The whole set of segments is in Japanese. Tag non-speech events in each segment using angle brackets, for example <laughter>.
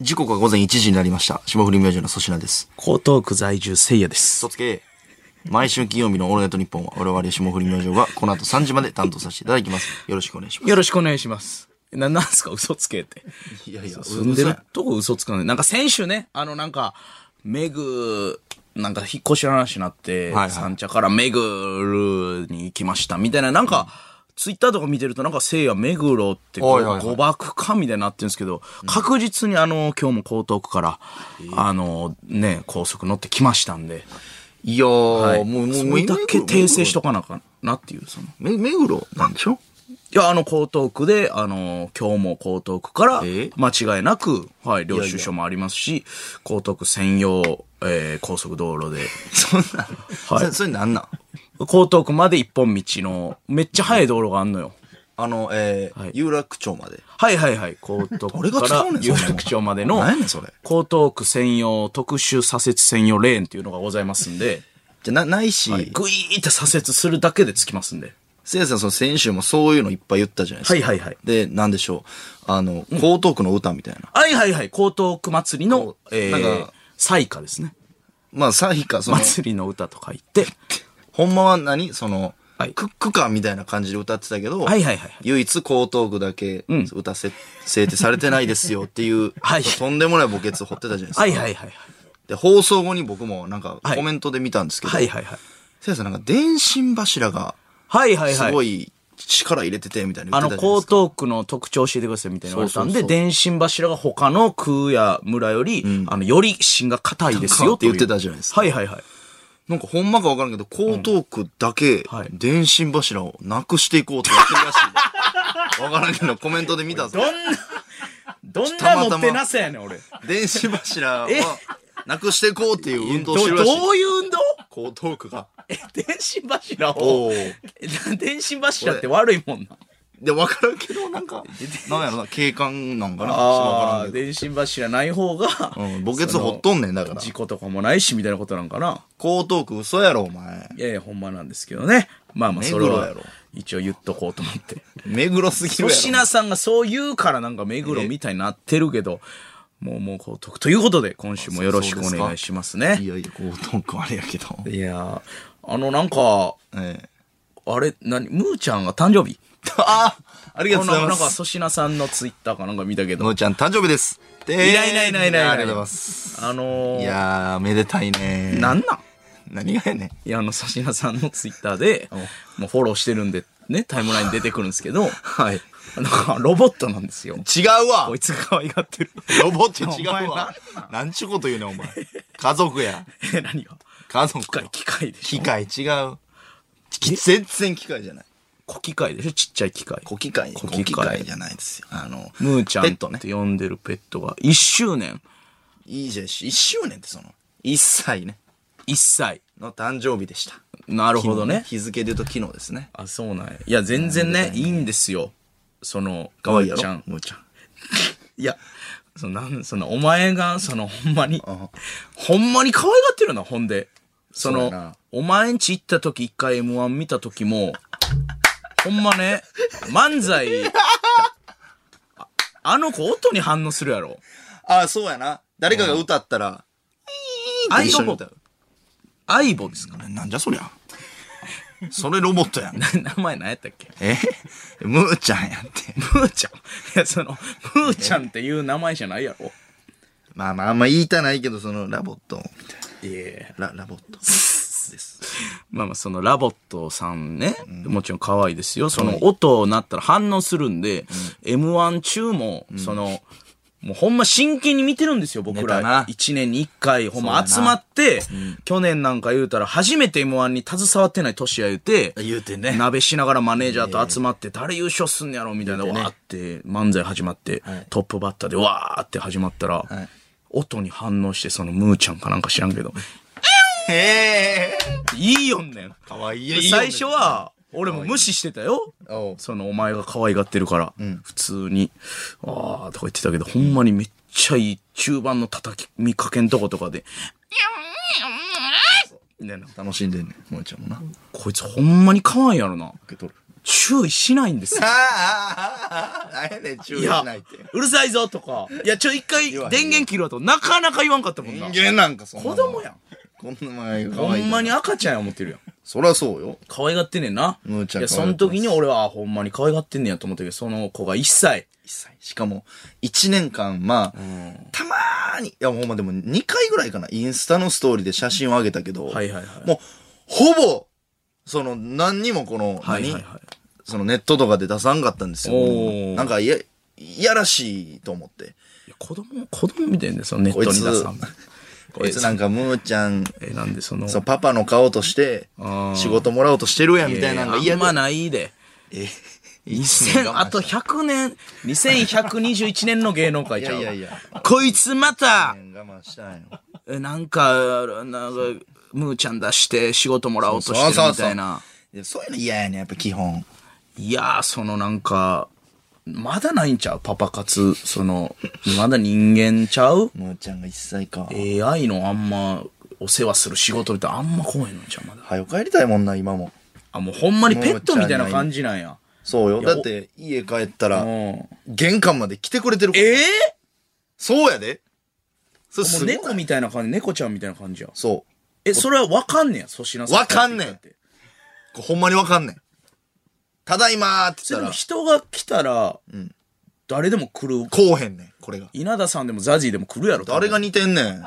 時刻は午前1時になりました。霜降り明星の粗品です。江東区在住せいやです嘘。つけ。毎週金曜日のオールナイトニッポンは、我々霜降り明星がこの後3時まで担当させていただきます。よろしくお願いしまよろしくお願いします。な、なんすか嘘つけって。す。いやいや、住んでるとこ嘘つかない。なんか先週ね、あのなんか、メグ、なんか引っ越しの話になっはて、いはい三茶からメグルに行きましたみたいな、なんか、ツイッターとか見てるとなんかせいや目黒ってこはういはいはい誤爆かみたいになってるんですけど、確実にあの、今日も江東区から、あの、ね、高速乗ってきましたんで、いやー、はい、もう、もう、それだけ訂正しとかなあかんなっていう、その。め、目黒なんでしょいや、あの、江東区で、あの、今日も江東区から、え間違いなく、はい、領収書もありますし、江東区専用、えー高速道路で、 <laughs> そんな、はいそそれなんなん江東区まで一本道の、めっちゃ速い道路があんのよ。あの、えーはい有楽町まで。はいはいはい、江東俺区がか使らうねんそ有れ楽町までの、何やねん江それ東区専用特殊左折専用レーンっていうのがございますんで、じゃ、な、ないし、グイーって左折するだけで着きますんで。せいやさん、その先週もそういうのいっぱい言ったじゃないですか。はいはいはいで、なんでしょう。あの、江東区の歌みたいな。はいはいはい、江東区祭りの、えなんーか、彩歌ですね。まあ、最下、その、祭りの歌と書いて、ほんまは何その、はいクックかみたいな感じで歌ってたけど、はいはいはい唯一江東区だけん歌せ、制定されてないですよっていう、 <laughs> はいとんでもない墓穴を掘ってたじゃないですか。はいはいはいはい。で、放送後に僕もなんかはいコメントで見たんですけど、はいはいはい。せいやさんなんか電信柱がはいはいすはい。ごい力入れててみたいなあの、言ってたじ江ゃないですか。東区の特徴教えてくださいみたいな言われたんで、そうそうそう電信柱が他の区や村より、あの、より芯が硬いですよというなんかって言ってたじゃないですかはいはいはい。なんかほんまかわからんけど、江東区だけはい電信柱をなくしていこうとやってるらしい。わからんけどコメントで見たんですよどんな、どんたまなたま持ってなさやねん、俺。電信柱をえなくしていこうっていう運動をしてどるらしい。どういう運動江東区が。え、電信柱おをお。、電信柱って悪いもんな。で、わからんけど、なんか、 <laughs> なんやろな、景観なんかな。あわあ、からん電信柱ない方が、けど。うん、墓穴掘っとんねん、だから。事故とかもないし、みたいなことなんかな。江東区嘘やろ、お前。いやいや、ほんまなんですけどね。まあまあ、それ目黒やはろ、一応言っとこうと思 <laughs> って。目黒すぎるやろ。粗品さんがそう言うからなんか目黒みたいになってるけど、もうもうこうとく。ということで、今週もよろしくお願いしますいね。やいや、江東区あれやけ <laughs> ど。いやー、あのなんか、ええ。あれ、なに、ムーちゃんが誕生日あありがとうございなまんかす。粗品さんのツイッターかなんか見たけのど。ーちゃん、誕生日です。いいないいないいないいないありがとうございます。あのー、いやー、めでたいね。なんなん何がやねん。いや、あの、粗品さんのツイッターで、もうフォローしてるんで、ね、タイムライン出てくるんですけ <laughs> ど、はい。なんかロボットなん <laughs> ですよ。違うわこいつ可愛がってる。ロボット違うお前わ。なんちゅうこと言うねん、お前。機族や。え、 <laughs> 何が家族よ。機械、機械でし機ょ。械違う。き全然機械じゃない。小機械でしょちっちゃい機械。小機械。小小機械機械じゃないですよ。あの、ムーちゃんペッっトね。て呼んでるペットが、1周年、いいじゃんし、1周年ってその、1歳ね、 1歳。の誕生日でした。なるほどね昨日。日付で言うと昨日ですね。あ、そうなんや。いや、全然ね、いいんですよ。その、か可愛いやろちゃん。ムーちゃん。いや、その、なん、その、お前が、その、ほんまに、ほんまに可愛がってるな、ほんで。そそうのやな、お前んち行った時、一回 M1 見た時も、ほんまね、漫 <laughs> 才、ああの子、音に反応するやろ。ああ、そうやな。誰かが歌ったら、アイ一緒にボ歌、う。アイボですか <laughs> なんじゃそりゃ。それロボットやん。名前何やったっけえムーちゃんやって。ムーちゃん。いや、その、ムーちゃんっていう名前じゃないやろ。まあまあ、あんま言いたないけど、その、ラボットみたいいえ。な。ラ、ラボット。です。まあまあ、そのラボットさんね、もちろん可愛いですよ。その音鳴ったら反応するんで、M1 中も、その、もうほんま真剣に見てるんですよ、僕ネタなら。一年に一回、ほんま集まって、去年なんか言うたら初めて M1 に携わってない年や言うて、言うてね鍋しながらマネージャーと集まって、誰優勝すんねやろみたいな、わねーって漫才始まって、トップバッターでわーって始まったら、い音に反応して、そのムーちゃんかなんか知らんけど、へえ。いいよんねん。かわいい。最初は、俺も無視してたよ。そのお前が可愛がってるから、普通に、あーとか言ってたけど、ほんまにめっちゃいい中盤の叩き見かけんとことかで、みたいな。楽しんでんねん、もえちゃんもな。こいつほんまに可愛いやろな。受け取る。注意しないんですよ。ああ、ああ、何やねん、注意いしやないって。、うるさいぞとか。いや、ちょ、一回言わへん電源切るわと、なかなか言わんかったもん人な。間なんかそんな子の供やん。こんな前可ほ愛いんまに赤ちゃんや思ってるやん。そりゃそうよ。可愛がってんねんな。むーちゃんいや、その時に俺は、あほんまに可愛がってんねんやと思ったけど、その子が一切。一切しかも、一年間、まあ、たまーに、いや、ほんまでも2回ぐらいかな、インスタのストーリーで写真を上げたけど、はいはいはいもう、ほぼ、その、何にもこの、何そのネットとかで出さんかったんですよ。おー俺もなんか、いや、いやらしいと思って。いや子供、子供みたいなんだよ、そのネットに出さん。こいつなんか、むーちゃん、え、なんでその、そう、パパの顔としてあ、ー仕事もらおうとしてるやん、みたいなのがい嫌や、あんでま。ないで。え、 2000あと100年、2121年の芸能界ちゃうわ。いやいやいこいつまた、我慢したんよ。えなんか、なんか、ムーちゃん出して仕事もらおうとしてるみたいな。いやそういうの嫌やねんやっぱ基本。いやー、そのなんか、まだないんちゃうパパ活。その、まだ人間ちゃうむーちゃんが1歳か。 ?AI のあんま、お世話する仕事みたいなあんま来へんのんちゃうまだ。はよ帰りたいもんな、今も。あ、もうほんまにペットみたいな感じなんや。そうよ。やだって、家帰ったうら、ん。玄関まで来てくれてるからええそうやで。それもすうごい猫みたいな感じ、猫ちゃんみたいな感じや。そえ、それはわかんねや、粗品さん。わかんねん帰ってきたってう。ほんまにわかんねん。ただいまーってそ言れっでたもら、人が来たら、誰でも来る。こうへんねん、これが。稲田さんでもザジーでも来るやろ。誰が似てんねん。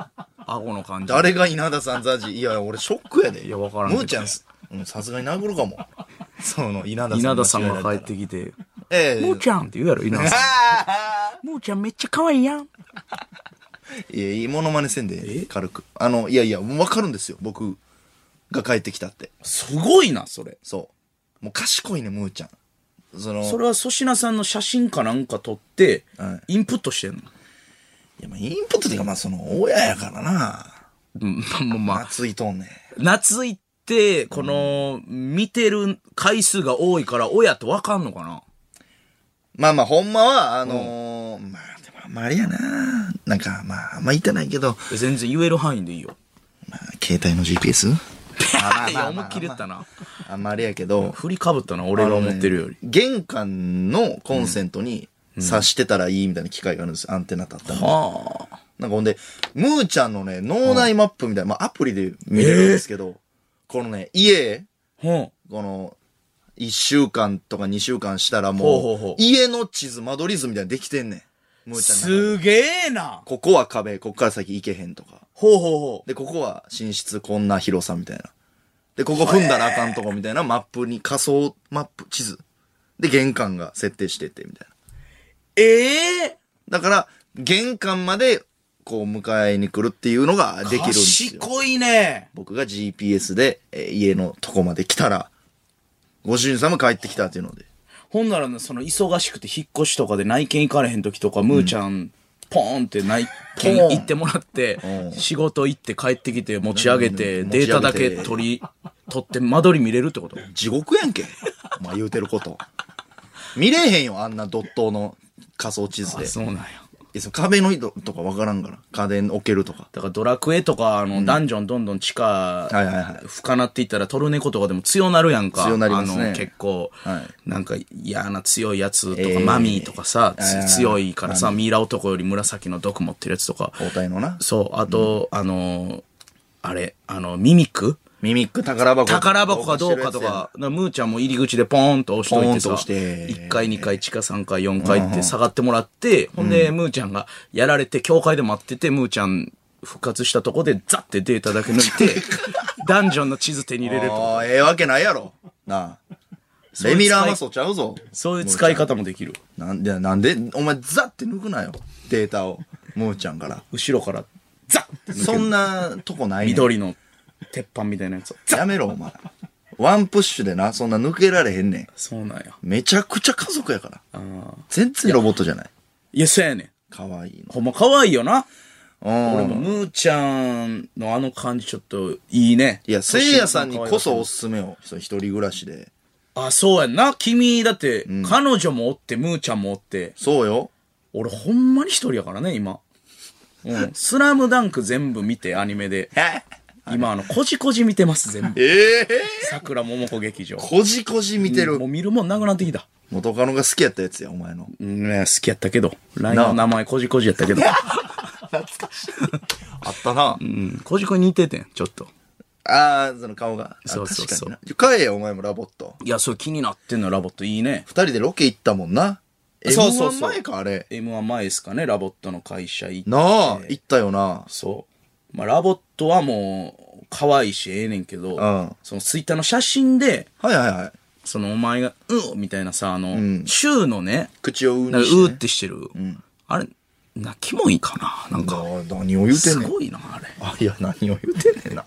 顎の感じ。誰が稲田さんザジいや、俺ショックやで。いやわからんけどむーちゃんす、うんさすがに殴るか <laughs> も。その、稲田さん。。稲田さんが帰っててきて、ええ <laughs> むーちゃんって言うやろ、稲田さん。むーちゃんめっちゃ可愛いやん。いや、いいものまねせんで、軽く。あの、いやいや、わかるんですよ、僕が帰ってきたって。すごいな、それ。そう。もう賢いね、むーちゃん。その、それは粗品さんの写真かなんか撮って、はインプットしてんの。いや、まあ、インプットっていうか、まあ、その、親やからな。うん、まあまあまあ。熱いとんねん。夏行って、この、見てる回数が多いから、親とわかんのかなまあまあ、ほんまは、あのーまあ、でもあんまりやな。なんか、まあ、あんま言いたないけど、え全然言える範囲でいいよ。まあ、携帯の GPS? いや思いっきり言ったな。あんまりやけど、振りかぶったな、俺が思ってるより。玄関のコンセントに挿してたらいいみたいな機械があるんですよ。アンテナ立ったの。はあ。なんかほんで、ムーちゃんのね、脳内マップみたいな、まあアプリで見れるんですけど、このね、家、ほこの、1週間とか2週間したらほうほうもほうう、家の地図、間取り図みたいなのできてんねん。ムう。ーちゃんの中で。すげえな。ここは壁、ここから先行けへんとか。ほうほうほう。で、ここは寝室こんな広さみたいな。で、ここ踏んだらあかんとこみたいなマップに仮想マップ、地図。で、玄関が設定しててみたいええな。だから、玄関までこう迎えに来るっていうのができるんですよ。賢いね。僕が GPS で、えー家のとこまで来たら、ご主人様帰ってきたっていうので。ほんならね、その、忙しくて引っ越しとかで内見行かれへん時とか、むーちゃん、ポーンって内見ポーン行ってもらって、仕事行って帰ってきて持ち上げて、うんデータだ持ち上げけて取り、取って間取り見れるって <laughs> こと地獄やんけ。お前言うてること。見れへんよ、あんなドットの仮想地図で。そうなんや。いやその壁の色とかわからんから。家電置けるとか。だからドラクエとか、あの、ダンジョンどんどん地下、はいはいはい深なっていったら、トルネコとかでも強なるやんか。強なりますねあの、結構、はいなんか嫌な強いやつとか、えーマミーとかさ、つはいはい強いからさ、ミイラ男より紫の毒持ってるやつとか。包帯のな。そう、あと、あのー、あれ、あの、ミミックミミック宝箱。宝箱かどうかとか、だからムーちゃんも入り口でポーンと押しといてポーンとさ、押して1階、2階、地下3階、4階って下がってもらって、ほんで、ムーちゃんがやられて、教会で待ってて、ムーちゃん復活したとこで、ザってデータだけ抜いて、ダンジョンの地図手に入れると。ああ、ええわけないやろ。なあ。レミラーマソちゃうぞ。そういう使い方もできる。なんで、なんで、お前、ザって抜くなよ。データを。もーちゃんから。後ろから、ザッそんなとこないねん緑の鉄板みたいなやつを。 <laughs> やめろ、お前。ワンプッシュでな、そんな抜けられへんねん。そうなんや。めちゃくちゃ家族やから。あー全然ロボットじゃない。いや、そうやねん。かわいいの。ほんま可愛いよな。う俺ん。もムーちゃんのあの感じちょっといいね。いや、せいやさんにこそおすすめを。そう一人暮らしで。あ、そうやんな。君、だって、彼女もおって、ムーちゃんもおって。そうよ。俺、ほんまに一人やからね、今。うん。スラムダンク全部見て、アニメで。え今、あの、こじこじ見てます、全部。 <laughs> ええ桜桃子劇場。こじこじ見てるも。う見るもんなくなってきた。元カノが好きやったやつや、お前の。うん、ね好きやったけど。LINE の名前、こじこじやったけど。あったな。うん、こじこじ似ててん、ちょっと。ああ、その顔が。あそうそう確かそうにな。帰えよ、お前もラボット。いや、それ気になってんの、ラボット。いいね。二人でロケ行ったもんな。そうそうそ M1 う前か、あれ。 M1 前ですかね、ラボットの会社行って。なあ、行ったよな。そう。まあ、ラボットはもう、可愛いし、ええねんけど、んそのツイッターの写真で、はいはいはい。そのお前が、うんみたいなさ、あの、週のね、口をうなんにかしてうね、ーってしてる。あれ、な、キモいかななんか、なあ何を言うてすんねん。ごいな、あれ。あ、いや、何を言うて <laughs> んねんな。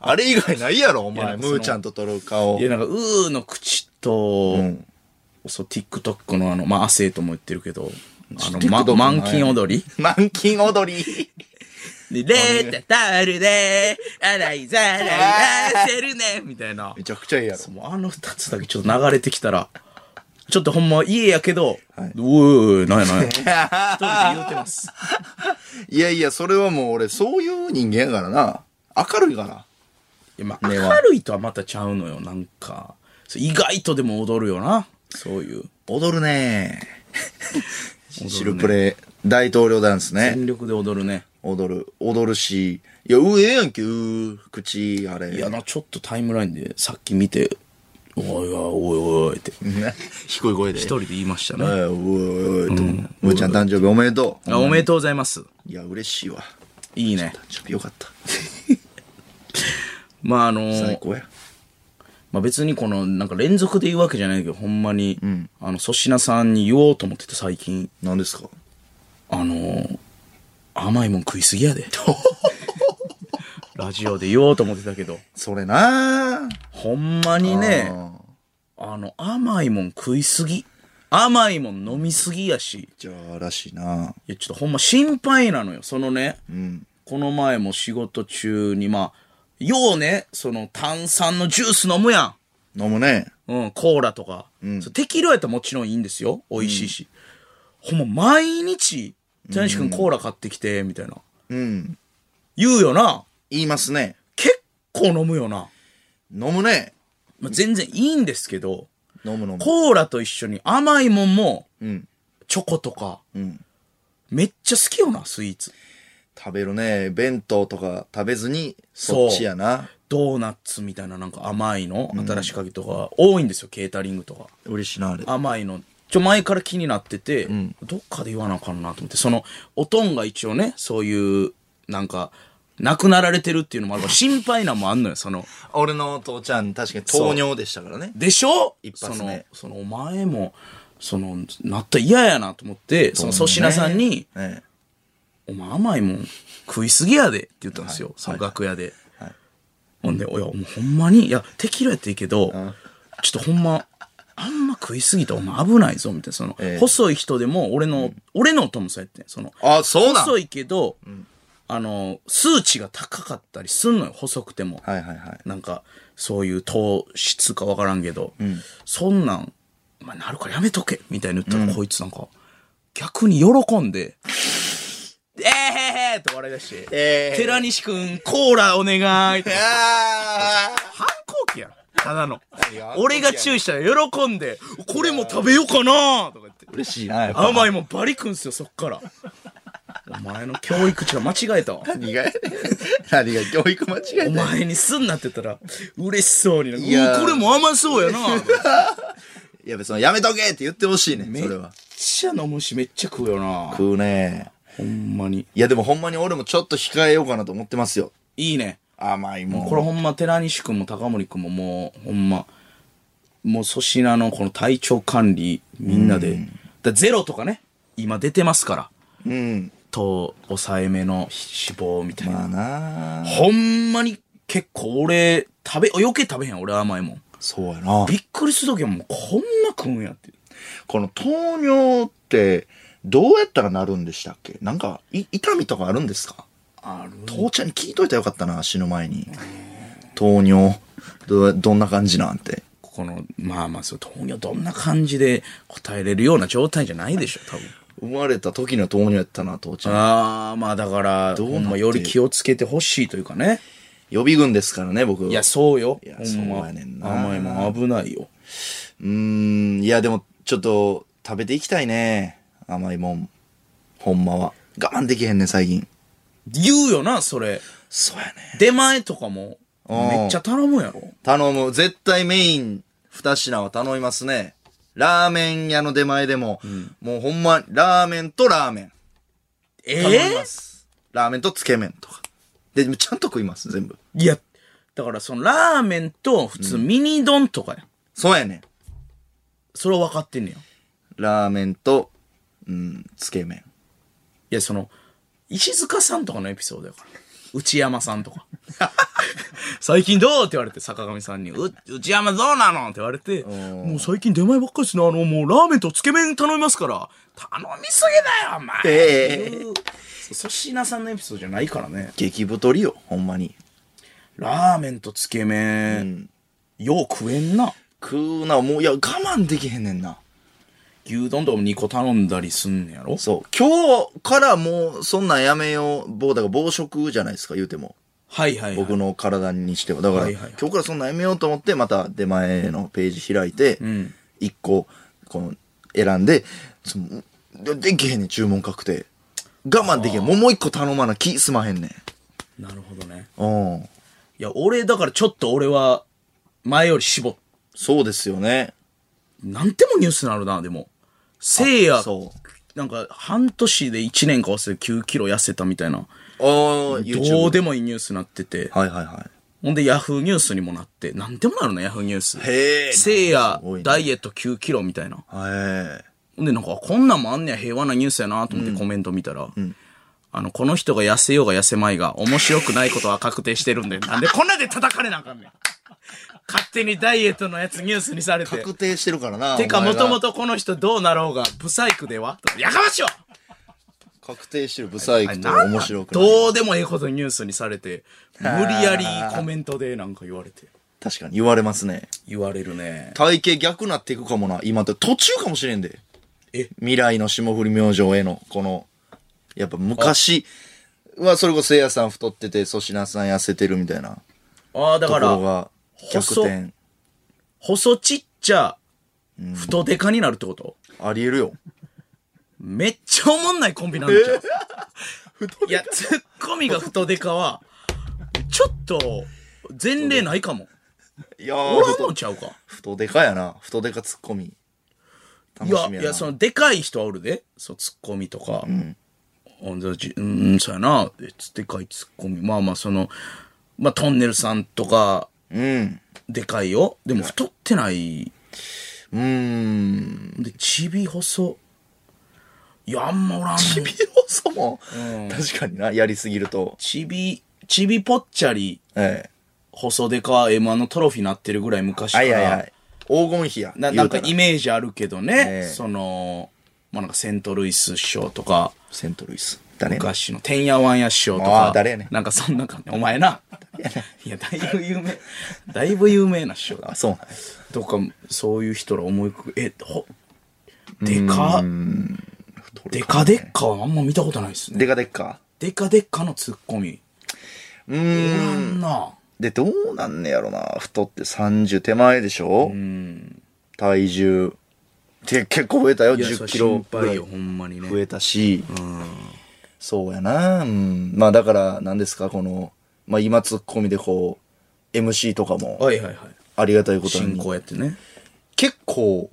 あれ以外ないやろ、お前。いやムーちゃんと撮る顔い。や、なんか、うーの口と、そう、TikTok のあの、まあ、亜生とも言ってるけど、あの、ま、 TikTok 満金踊り満金踊り。で、レータタオルで、洗いざらい出せるね、みたいなめ。ちゃくちゃええやろ。もうあの二つだけちょっと流れてきたら、ちょっとほんま家やけど、うい、おいおい、なんやなんや。 <laughs> 一人で言うてます。 <laughs> いやいや、それはもう俺、そういう人間やからな。明るいから。いや、まあ、明るいとはまたちゃうのよ、なんか。そう意外とでも踊るよな。そういう。踊る <laughs> ねシルプレイ、大統領ダンスね。全力で踊るね。踊る。踊るし。いや、うええやんけ、うー、口、あれ。いや、な、ちょっとタイムラインでさっき見て、おいおいおいおいって、一ね、低い声で。人で言いましたおいね。おいおいおいと。むーちゃん誕生日おめでとう。あおめでとうございます。いや、嬉しいわ。いいね。誕生日よかった。まあ、あのー最高や。まあ、別にこの、なんか連続で言うわけじゃないけど、ほんまに、あの、粗品さんに言おうと思ってて最近、何ですかあのー甘いもん食いすぎやで。ラジオで言おうと思ってたけど、それなほんまにね、あの、甘いもん食いすぎ。甘いもん飲みすぎやし、じゃあ、らしいないや、ちょっとほんま心配なのよ。そのね、この前も仕事中に、まあ、ようね、その炭酸のジュース飲むやん。飲むね。うん、コーラとか。そう適量やったらもちろんいいんですよ。美味しいし。ほんま、毎日、ジャニシ君コーラ買ってきて、みたいな。うん。言うよな。言いますね。結構飲むよな。飲むね。まあ、全然いいんですけど、飲む飲む。コーラと一緒に甘いもんも、うん。チョコとか、うん。めっちゃ好きよな、スイーツ。食べるね。弁当とか食べずに、そっちやな。ドーナツみたいななんか甘いの、新しいかけとか、多いんですよ、ケータリングとか。嬉しいな、あれ。甘いの、ちょ、前から気になってて、どっかで言わなあかんなと思って、その、おとんが一応ね、そういう、なんか、亡くなられてるっていうのもあるから、心配なんもあんのよ、その、俺の父ちゃん、確かに糖尿でしたからね。でしょ一発目その、その、お前も、その、なったら嫌やなと思って、その粗品さんに、ええ。お前甘いもん食いすぎやでって言ったんですよ、その楽屋で。ほんで、おや、もうほんまに、いや、適量やっていいけど、ちょっとほんま、あんま食いすぎたらお前危ないぞ、みたいな。その、ええ細い人でも、俺の、俺の音もそうやってんその、あ、そうなん細いけど、あの、数値が高かったりすんのよ、細くても。はいはいはい。なんか、そういう糖質かわからんけど、そんなん、お前なるからやめとけみたいに言ったら、こいつなんか、逆に喜んで、 <laughs> えーへーへーって笑い出して、えー寺西くん、コーラお願いってあ反抗期やん。ただのや。俺が注意したら喜んで、これも食べようかなとか言って。嬉しいな、やっぱ。甘いもんバリくんすよ、そっから。お前の教育値が間違えたわ。何が、何が教育間違えおた。前にすんなって言ったら、嬉しそうになんかいやーうんこれも甘そうやな。いや、別にやめとけって言ってほしいね。それめっは。ちゃ飲むし、めっちゃ食うよな。食うね。ほんまに。いや、でもほんまに俺もちょっと控えようかなと思ってますよ。いいね。甘いもん。これほんま、寺西くんも高森くんももう、ほんま、もう粗品のこの体調管理、みんなで。だゼロとかね、今出てますから。うん。と、抑えめの脂肪みたいな。まあなあほんまに結構俺、食べ、余計食べへん、俺甘いもん。そうやなびっくりするときはもうこんな食うんやって。この糖尿って、どうやったらなるんでしたっけなんか、い痛みとかあるんですかある父ちゃんに聞いといたらよかったな、死ぬ前に。糖尿、ど、どんな感じなんて。ここの、まあまあ、そう、糖尿どんな感じで答えれるような状態じゃないでしょ、多分。生まれた時の糖尿やったな、父ちゃん。ああ、まあだかうら、なほってんまより気をつけてほしいというかね。予備軍ですからね、僕。いや、そうよ。いやほんそうやねんな甘いもん危ないよ。うーん、いや、でも、ちょっと、食べていきたいね。甘いもん。ほんまは。我慢できへんね、最近。言うよな、それ。そうやね。出前とかも、うんめっちゃ頼むやろ。頼む。絶対メイン二品は頼みますね。ラーメン屋の出前でも、もうほんま、ラーメンとラーメン。え頼みまえす。ラーメンとつけ麺とか。で、でもちゃんと食います、全部。いや、だからそのラーメンと普通ミニ丼とかや。そうやね。それは分かってんねや。いラーメンと、うん、つけ麺。や、その、石塚さんとかのエピソードやから。内山さんとか。 <laughs> 最近どうって言われて、坂上さんに、う、内山どうなのって言われて、もう最近出前ばっかりですね。あの、もうラーメンとつけ麺頼みますから、頼みすぎだよ、お前。えええ粗品さんのエピソードじゃないからね。激太りよ、ほんまに。ラーメンとつけ麺、よう食えんな。食うな、もう、いや、我慢できへんねんな。牛丼とかも2個頼んだりすんねやろそう。今日からもう、そんなんやめよう。ぼうだから暴食じゃないですか、言うても。はいはい、はい。僕の体にしては。だから、はいはいはい今日からそんなんやめようと思って、また出前のページ開いて、一個、この、選んで、そのでできへんねん、注文確定。我慢できへん。もうもう一個頼まな、気すまへんねん。なるほどね。うん。いや、俺、だからちょっと俺は、前より絞っ、そうですよね。なんてもニュースなるな、でも。せいや、そう。なんか、半年で1年か忘れて9キロ痩せたみたいな、ああ、どう YouTube。でもいいニュースなってて、はいはいはほんでヤフーニュースにもなって、なんでもなるな、ヤフーニュース。へえせいやすごい、ねダイエット9キロみたいな。い。はい。ほんでなんか、こんなんもあんねや、平和なニュースやなと思ってコメント見たら、あの、この人が痩せようが痩せまいが、面白くないことは確定してるんで、なんでこんなんで叩かれなあかんねん。勝手にダイエットのやつニュースにされて。確定してるからな。てか、お前もがともとこの人どうなろうが、ブサイクではとかやかましいわ確定してる、ブサイクとなん面白くない。どうでもええことニュースにされて、無理やりコメントでなんか言われて。確かに言われますね。言われるね。体型逆なっていくかもな、今って途中かもしれんで。え未来の霜降り明星への、この、やっぱ昔はそれこそせいやさん太ってて、粗品さん痩せてるみたいなああ、だとこかろら、が逆転細ちっちゃ、太デカになるってこと、ありえるよ。めっちゃおもんないコンビな <laughs> んじゃん。いや、ツッコミが太デカは、ちょっと、前例ないかも。いやおらんーの、ちゃうか。太でかやな。太でかツッコミ。楽しいみやや、な。いや、その、でかい人はおるで。そう、ツッコミとか。うん。じうん、そうやな。えつでかいツッコミ。まあまあ、その、まあ、トンネルさんとか、うん。でかいよ。でも、太ってない。うーん。で、ちび細。いや、あんまおらんの。ちび細も、確かにな、やりすぎると。ちび、ちびぽっちゃり、ええ。細でか M1 のトロフィーなってるぐらい昔かはいら。はいはい。黄金比や。な言なうんたからイメージあるけどね、ええその、まあ、なんかセントルイス師匠とか、セントルイス。誰ね。昔のてんやわんや師匠とあかー、誰やねんなんかそんな感じ、お前 <laughs> な。いや、だいぶ有名、だいぶ有名な師匠だあ、。そうなんやとか、そういう人ら思い浮く、え、ほ、でか、でかでっかはあんま見たことないですね。でかでっか。でかでっかのツッコミ。うーん。あんな、で、どうなんねやろな。太って30手前でしょ体重。て、結構増えたよ。いやそ10れキロ心ぐら配いよ、ほんまにね。増えたし。そうやな。うん。まあだから、何ですか、この、まあ今ツッコミでこう、MC とかも、はいはいはい。ありがたいこと進に。行やってね。結構、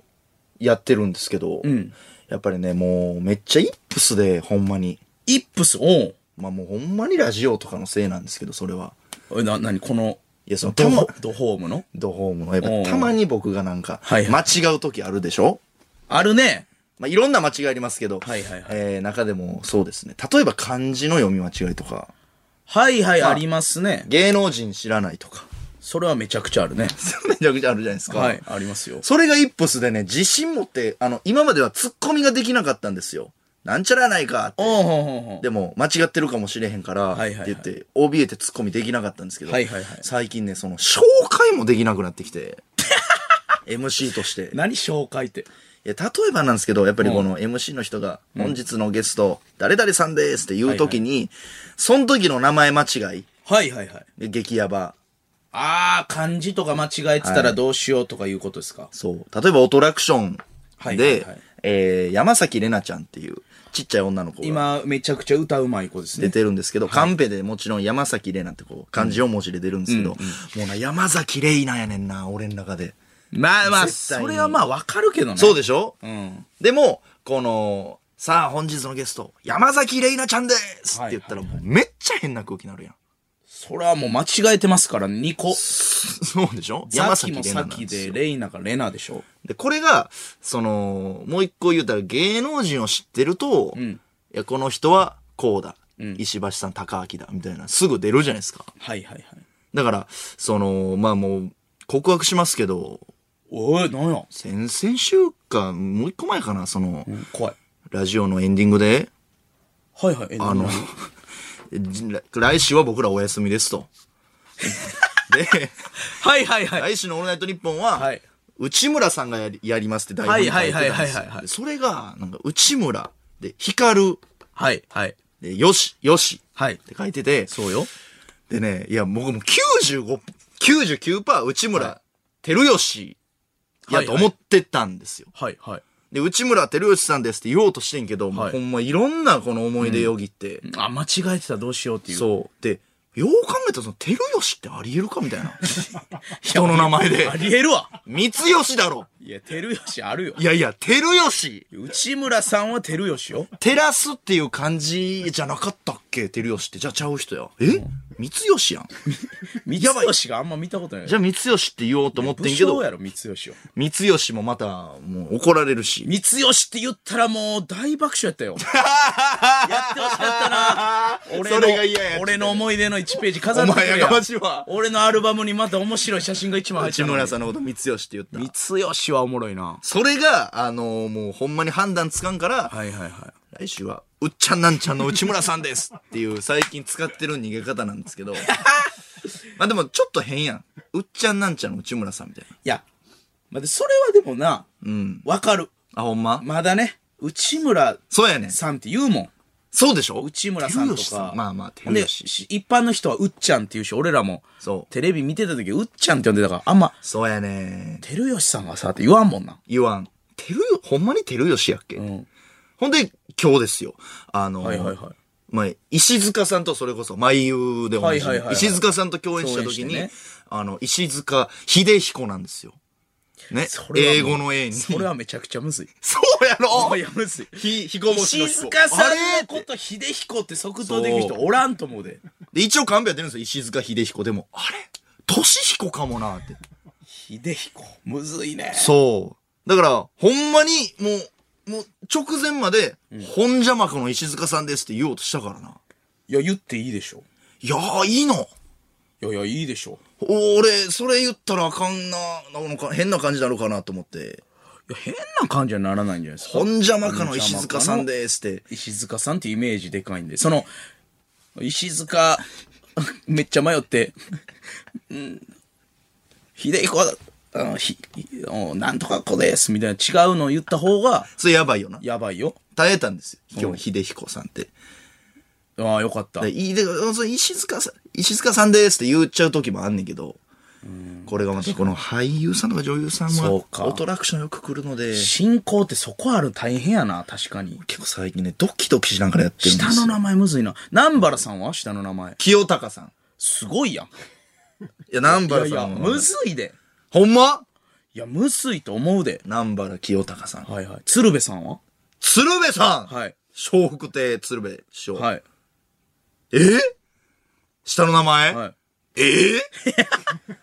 やってるんですけど、んやっぱりね、もう、めっちゃイップスで、ほんまに。イップス、おまあもうほんまにラジオとかのせいなんですけど、それは。うえ、な、なに、この、いや、その、ドたまホ、ドホームのドホームの、やうっんぱたまに僕がなんか、はいは間違う時あるでしょあるね。まあ、いろんな間違いありますけど、はいはいはいえー中でもそうですね。例えば漢字の読み間違いとか、はいはい、あありますね。芸能人知らないとか、 <laughs> それはめちゃくちゃあるね。めちゃくちゃあるじゃないですか。はい、ありますよ。それがイップスでね、自信持って、あの、今まではツッコミができなかったんですよ。なんちゃらやないかって。おうほうほうほうでも、間違ってるかもしれへんから、はいはいはいって言って、怯えてツッコミできなかったんですけど、はいはいはい最近ね、その、紹介もできなくなってき <laughs> て、MC として。い何紹介って。や例えばなんですけど、やっぱりこの MC の人が、本日のゲスト、誰々さんですって言うときに、その時の名前間違いはいはいはい。で激ヤバ。ああ、漢字とか間違えてたらどうしようとかいうことですか。そう。例えば、オトラクションで、はいはいはいえー、山崎玲奈ちゃんっていう、ちっちゃい女の子が今、めちゃくちゃ歌うまい子です出ね。てるんですけど、カンペでもちろん山崎玲奈ってこう、漢字4文字で出るんですけど、もうな、山崎玲奈やねんな、俺の中で。まあまあ、絶対にそれはまあわかるけどね。そうでしょ、うん。でも、この、さあ本日のゲスト、山崎玲奈ちゃんですっはいて言ったら、もうめっちゃ変な空気になるやん。それはもう間違えてますから、2個。そうでしょ山山崎崎も玲さっ奈なんきですで、よ。レイナがレナでしょ。で、これが、その、もう一個言うたら芸能人を知ってると、いや、この人はこうだ。石橋さん、高明だ。みたいな、すぐ出るじゃないですか。はいはいはい。だから、その、まあもう、告白しますけど、おい、なんや。先々週か、もう一個前かな、その、怖い。ラジオのエンディングで、はいはい。えあの、 <laughs> 来週は僕らお休みです <laughs> と。で、はいはいはい。来週のオールナイトニッポンは、はい内村さんがやりやりますって大本に書いてたんはいはいはいですはよいはいはいでそれが、なんか、内村、で、光る、はいはい。で、よし、よし、はいって書いてて、そうよ。でね、いや、僕もう95、99%内村、照吉、やと思ってたんですよ。はいはい。で、内村照吉さんですって言おうとしてんけど、もうはいほんまいろんなこの思い出よぎって、あ、間違えてたらどうしようっていう。そう。で、よう考えたらその、照吉ってありえるかみたい <laughs> な。人の名前であ。りえるわ。三吉だろ。いや、てるよしあるよい。やいや、照吉。内村さんはてるよしよ。照らすっていう漢字じゃなかったっけ照吉って。じゃあちゃう人や。え三吉やん。三吉があんま見たことない。じゃあ三吉って言おうと思ってんけ武将ど、やろ、三吉を。三吉もまた、もう怒られるし。三吉って言ったらもう大爆笑やったよ。やってほしかったな。俺の <laughs> それが嫌やって俺の思い出の1ページ飾おってく前れややかましいわ。俺のアルバムにまた面白い写真が一枚入っ内てたのに村さんのこと三吉って言った。三吉はおもろいな。それが、あのーもうほんまに判断つかんから、はいはいは来週は、うっちゃんなんちゃんの内村さんですっていう最近使ってる逃げ方なん <laughs> ですけど。まあでもちょっと変やん。うっちゃんなんちゃんの内村さんみたいな。い。いや、まあ、それはでもな、わかる。あ、ほんままだね、内村そうやねん。さんって言うもん。そうでしょ内村さんと照吉か。まあまあ、照で、吉。し一般の人はうっちゃんっていうし、俺らも、そうテレビ見てた時、うっちゃんって呼んでたから、あんま、そうやねん。てるよしさんがさ、って言わんもんな。言わん。てるよ、ほんまにてるよしやっけ、んほんで、今日ですよ。あの、はいはいはいまあ、石塚さんとそれこそ、眉優で同じ、はいはいはいはい石塚さんと共演した時に、共演してねあの、石塚秀彦なんですよ。ね。英語の A に。それはめちゃくちゃむずい。 <laughs> そうやろいや、むずい。ひ、ひこぼしの石彦塚さあれんのこと、秀彦って即答できる人おらんと思うで。で、一応カンペやってるんですよ。石塚秀彦。でも、あれ俊彦かもなって。秀彦。むずいね。そう。だから、ほんまに、もう、もう、直前まで、本邪魔この石塚さんですって言おうとしたからな。いや、言っていいでしょ。いやー、いいの。いやいや、いいでしょ。お俺、それ言ったらあかんな、なんか変な感じなのかなと思って。いや、変な感じはならないんじゃないですか。本邪魔かの石塚さんですって。石塚さんってイメージでかいんで、その、石塚、めっちゃ迷って、うん、秀彦は、あの、ひ、おなんとか子です、みたいな違うのを言った方が、それやばいよな。やばいよ。耐えたんですよ。今日、秀彦さんって。ああ、よかった。でいいでその石塚さん、石塚さんですって言っちゃう時もあんねんけど。これがまたこの俳優さんとか女優さんそうは、かオトラクションよく来るので、進行ってそこある大変やな、確かに。結構最近ね、ドキドキしながらやってるんで下すのよ。名前むずいな。南原さんは下の名前。清高さん。すごいやん。いいや、南や原いさや、んはむずいで。ほんまいや、むずいと思うで。南原清高さん。はいはい。鶴瓶さんは鶴瓶さんはい。笑福亭鶴瓶師匠。はい。えー下の名前、はい。え <laughs>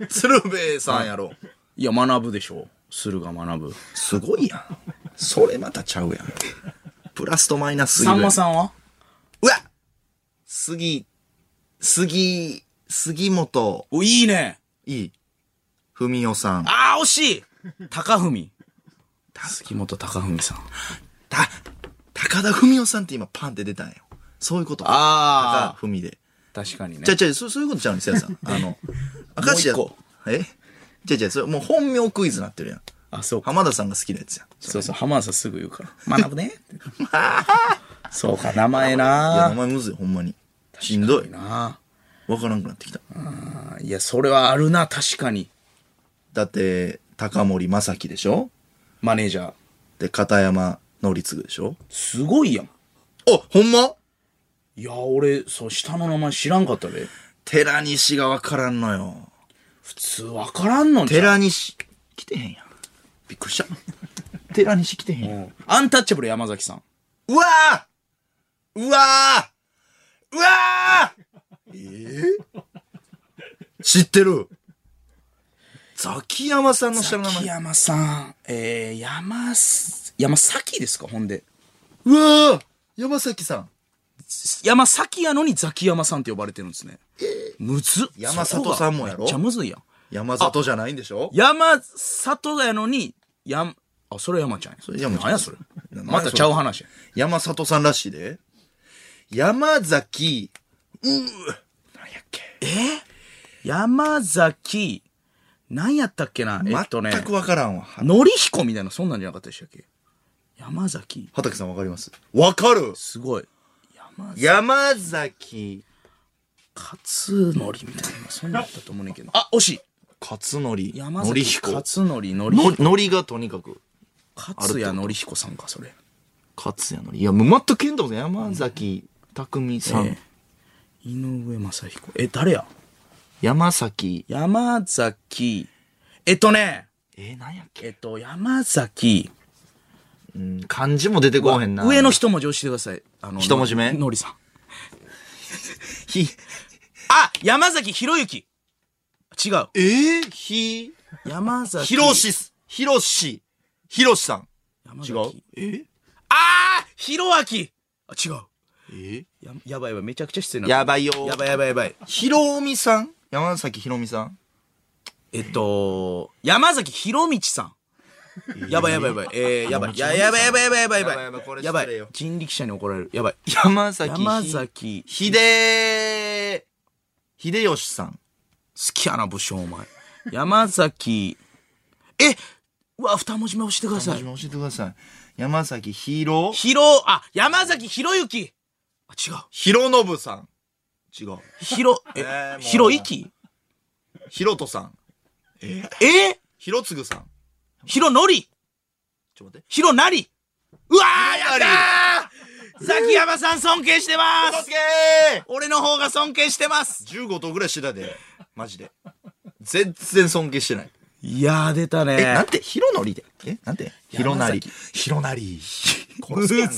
ー鶴瓶さんやろ。いや、学ぶでしょう。駿河学ぶ。すごいやん。それまたちゃうやん。プラスとマイナスすぎさるんやんまさんはうわ杉、杉、杉本、お、いいね。いい。文雄さん。ああ、惜しい高文。杉本高文さん。た、高田文雄さんって今パンって出たんよ。そういうこと。あ高ー田文で。確かにねじゃ。じゃそうそういうことちゃうんですよ、 <laughs> せやさん。あの、明石家もう一個。えじゃじゃそれもう本名クイズなってるやん。あ、そうか。浜田さんが好きなやつやん。そうそう、浜田さんすぐ言うから。学ぶね。 <laughs> そうか、名前いや、な名前むずい、ほんまに。しんどい。なわからんくなってきた。あいや、それはあるな、確かに。だって、高森正樹でしょマネージャー。で、片山則次でしょすごいやん。あ、ほんまいや、俺、そう、下の名前知らんかったで。寺西がわからんのよ。普通わからんのじゃん。寺西、来てへんやん。びっくりした。寺西来てへんやん。うんアンタッチャブル山崎さん。うわあうわあうわあええ知ってるザキヤマさんの下の名前。崎山さん。えー、山す、山崎ですか、ほんで。うわあ山崎さん。山崎やのにザキヤマさんって呼ばれてるんですね。むずっ山里さんもやろそこがめっちゃむずいやん。山里じゃないんでしょ山里やのに、やん、あ、それ山ちゃんや。それ山ちゃん何やそれ。な <laughs> またちゃう話や。山里さんらしいで。山崎、うー、なんやっけ。山崎、何やったっけなえっとね、全くわからんわ。のりひこみたいな、そんなんじゃなかったでしたっけ山崎。畑さんわかりますわかるすごい。山崎、山崎、勝則みたいな、そんなんやったと思うねんけど。あ、惜しい勝則、山則崎彦。勝則、のりひのこ。のりがとにかく。勝谷のりひこさんか、それ。勝谷のり。いや、もう全く剣道の山崎匠さん、えー井上正彦。え、誰や山崎、山崎。えっとね、えー、なんやっけ、えっと、山崎。うん、漢字も出てこうへんな。上の一文字教えてください。あの、一文字目ののりさん。ひ、あ山崎博之違う。えー、ひ、山崎。ひろ。しす、ひろし、ひろしさん。山違崎うえああひろあきあ、違う。えや、やばいやばい。めちゃくちゃ失礼な。やばいよやばいやばいやばい。ひろみさん山崎ひろみさんえっと、山崎博道さん。やばいやばいやばい。えー、やばい。や、やばいやばいやばいやばいやばいやばいこれやば失礼いよ。人力車に怒られる。やばい。山崎ひ山崎、好秀秀吉さんきやな武将お前。山崎、 <laughs> えうわ、二文字目押してくださ私い。も教えてください山崎ひろひろ、あ、山崎ひろゆき。あ、違う。ひろのぶさん違うひろ、えー <laughs> えも、うひろいきひろとさんえひろつぐさんひろのりちょっと待ってひろなりうわーやひろなっりたーザキヤマさん尊敬してま嘘すつけ俺の方が尊敬してますー15頭ぐらいしてたでマジで全然尊敬してないいやー出たねえなんてひろのりでえなんてひろなり山ひろなりむずえ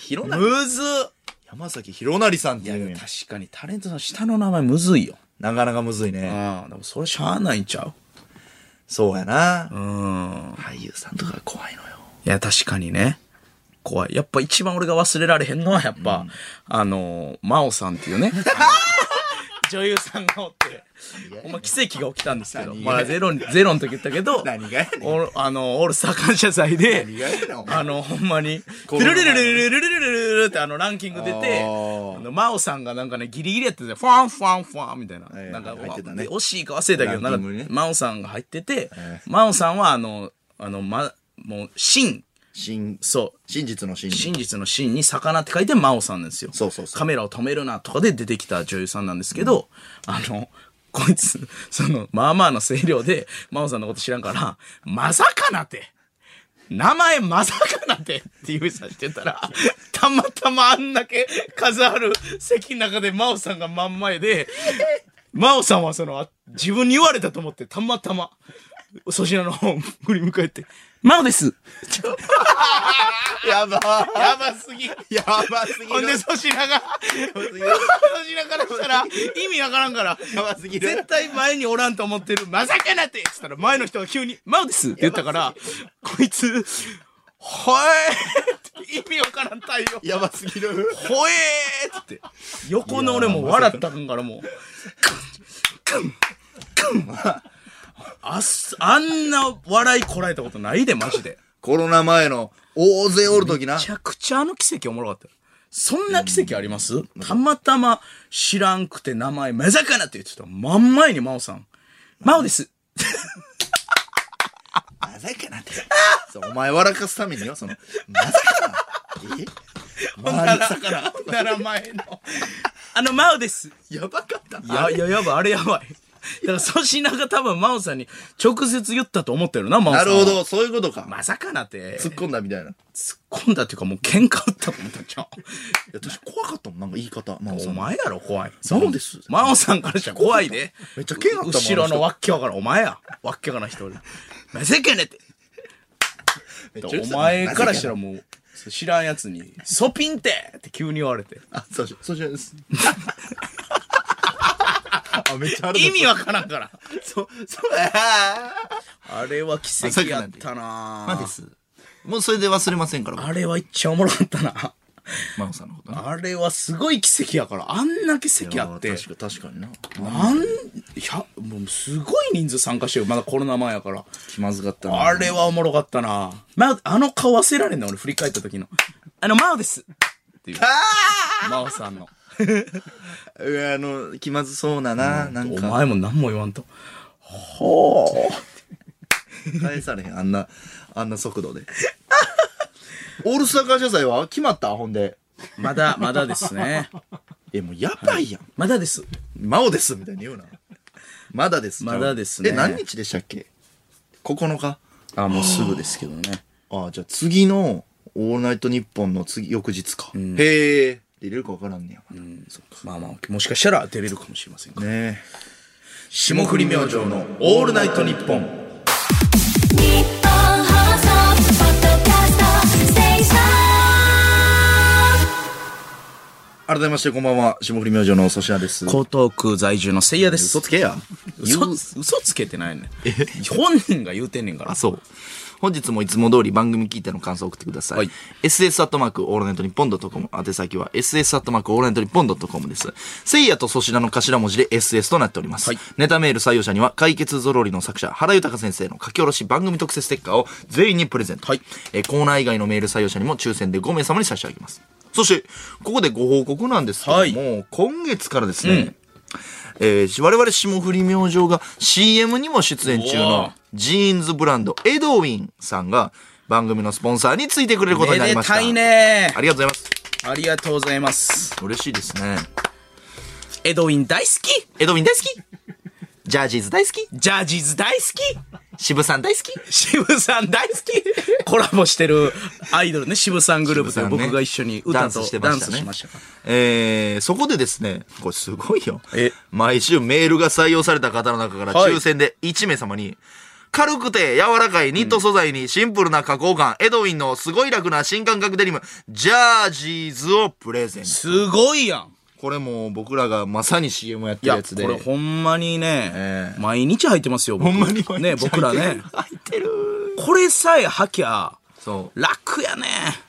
ひろなりむず山崎ひろなりさんっていやいうでんもや確かにタレントさん下の名前むずいよなかなかむずいねああでもそれしゃあないんちゃうそうやな、うん俳優さんとか怖いのよいや確かにね怖いやっぱ一番俺が忘れられへんのはやっぱ、あのー真央さんってい <laughs> うね女優さんがおってお前奇跡が起きたんですけど何がまあゼロにゼロの時言ったけど何がやねんオールあのオールスター感謝祭で何がやねんお前あ <laughs> のほんまにこルの前ルルルルルルルルルルルってあのランキング出てああーの真央さんがなんかねギリギリやっててファンファンファンみたいなはいなんか入ってたね惜しいか忘れたけどなランんキングにねか真央さんが入っててえ真央さんはあのあのまもう真真そう真実の真真実の真に魚って書いて真央さんなんですよ。そうそうそうカメラを止めるなとかで出てきた女優さんなんですけど、あの、こいつ、その、まあまあの声量で、真央さんのこと知らんから、まさかなって、名前まさかなってって指さしてたら、たまたまあんだけ数ある席の中で真央さんが真ん前で、真央さんはその、あ自分に言われたと思って、たまたま、そちらの方を振り向かえて、真央ですやばやばすぎやばすぎるほんで粗品が粗品からしたら意味わからんからやばすぎ絶対前におらんと思ってる「まさかなって!」っつったら前の人が急に「マウです」って言ったからこいつ「ほえー!」って意味わからん対応やばすぎる「ほえー!」って横の俺も笑ったんからもうクンクンクンあっすあんな笑いこらえたことないでマジで。コロナ前の大勢おる時なめちゃくちゃあの奇跡おもろかったよそんな奇跡あります、たまたま知らんくて名前、目魚って言ってた。真ん前に真央さん。真央です。まさかなってそうお前笑かすためによそのまさかなえほんなら、ほんなら前の、あの、マウです。やばかったいや、いや、やばい、あれやばい。だから、粗品が多分、真央さんに直接言ったと思ってるな、真央なさんるは。ほ。ど、そういうことか。まさかなって、突っ込んだみたいな。い突っ込んだっていうか、もう喧嘩打ったと思ったじゃん。や、私怖かったもん、なんか言い方。まあ、おその前やろ、怖い。真央です真央さんからしたら怖いで。めっちゃ剣あったもん後ろのわっけわからん、お前や。わっけわからん人おる。めせけねって。お前からしたらもう、知らんやつに、ソピンってって急に言われて。あ、そうし、そうしです。あ、めっちゃある。意味わからんから。そう、そう、ああれは奇跡やったなあ。です。もうそれで忘れませんから、僕あれは一番おもろかったな。真央さんのことな。あれはすごい奇跡やから、あんな奇跡あって、確か、確かにな。なん、百もうすごい人数参加してる、まだコロナ前やから。気まずかったな。あれはおもろかったな。ま、あの顔忘れられんな、俺振り返った時の。あの、マオですっていう。マオさんの。うわあの、気まずそうなな。なんおか、前も何も言わんと。返されへん。あんな、あんな速 <laughs> 度で。オールスター感謝祭は決まったほんで。まだ、まだですね。え、もうやばいやん。まだです。真央ですみたいに言うな。まだです。まだですねえ、何日でしたっけ ?9 日。あ、もうすぐですけどね。ああ、じゃあ次の、オールナイトニッポンの次、翌日か。へえ。入れるか分からんねや。まあまあ、もしかしたら出れるかもしれませんが。ね霜降り明星のオールナイトニッポン。日本放送ポッドキャストステーション改めまして、こんばんは。霜降り明星の粗品です。江東区在住のせいやです。嘘つけや。嘘嘘つけてないね。本人が言うてんねんから。そう。本日もいつも通り番組聞いての感想を送ってください。はい ss アットマークオールナイトニッポンドットコム。宛先は ss アットマークオールナイトニッポンドットコムです。せいやと粗品の頭文字で ss となっております。はいネタメール採用者には解決ぞろりの作者原豊先生の書き下ろし番組特設ステッカーを全員にプレゼント。えーコーナー以外のメール採用者にも抽選で5名様に差し上げます。そして、ここでご報告なんですけども、はい今月からですね、えー我々霜降り明星が CM にも出演中おのージーンズブランドエドウィンさんが番組のスポンサーについてくれることになりました。めでたいねありがとうございます。ありがとうございます。嬉しいですね。エドウィン大好きエドウィン大好きジャージーズ大好きジャージーズ大好渋さん大好きき渋さん大好きコラボしてるアイドルね、渋さんグループという渋さんね僕が一緒に歌とダンスしてまダしンたねスしましたから。えー、そこでですね、これすごいよえ。毎週メールが採用された方の中からはい抽選で1名様に、軽くて柔らかいニット素材にシンプルな加工感、エドウィンのすごい楽な新感覚デニム、ジャージーズをプレゼント。すごいやん。これもう僕らがまさに CM やっているや、やつこで。れほんまにねえ、え毎日履いてますよ、僕ほんまに毎日ね、僕らね。入ってる。これさえ履きゃ、そう。楽やね。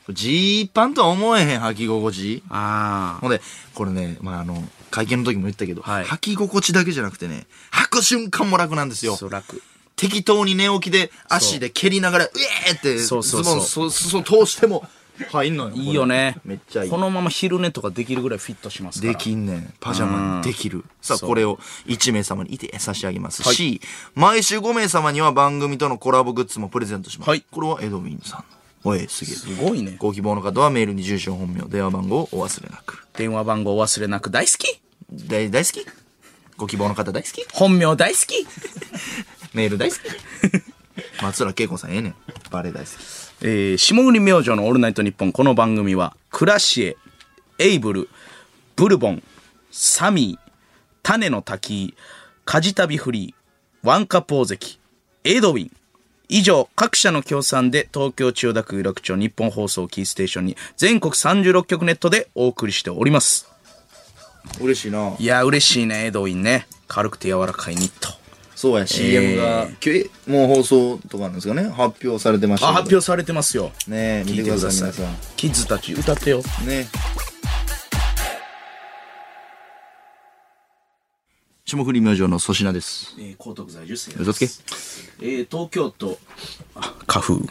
ジーパンとは思えへん履き心地。ああ。ほんで、これね、まあ、あの、会見の時も言ったけど、はい履き心地だけじゃなくてね、履く瞬間も楽なんですよ。そう、楽。適当に寝起きで足で蹴りながら、うえーって、そうそうズそうボンそ、そ、通しても入んのよ。いいよねこ。れめっちゃいいこ。のまま昼寝とかできるぐらいフィットしますから。できんねん。パジャマにできる。さあ、これを1名様にいて差し上げますはいし、毎週5名様には番組とのコラボグッズもプレゼントします。はいこれはエドウィンさんの。おい、すげえ。すごいね。ご希望の方はメールに住所、本名、電話番号をお忘れなく。電話番号忘れなく大好き大、大好きご希望の方大好き本名大好きメール大好き <laughs> 松浦恵子さんええねん。バレエ大好き。えー、下売り明星のオールナイトニッポンこの番組は、クラシエ、エイブル、ブルボン、サミー、種の滝、カジタビフリー、ワンカポーゼキ、エドウィン、以上、各社の協賛で東京千代田区有楽町日本放送をキーステーションに全国36局ネットでお送りしております。。嬉しいないや、嬉しいね、エドウィンね。軽くて柔らかいニット。そうや、CM が、きゅもう放送とかなんですかね。発表されてましたけあ、ど。発表されてますよ。ねえ、見てください、皆さん。キッズたち歌ってよ。ね霜降り明星の粗品です。えー、江東区在住生嘘つけ。えー、東京都、あ花粉、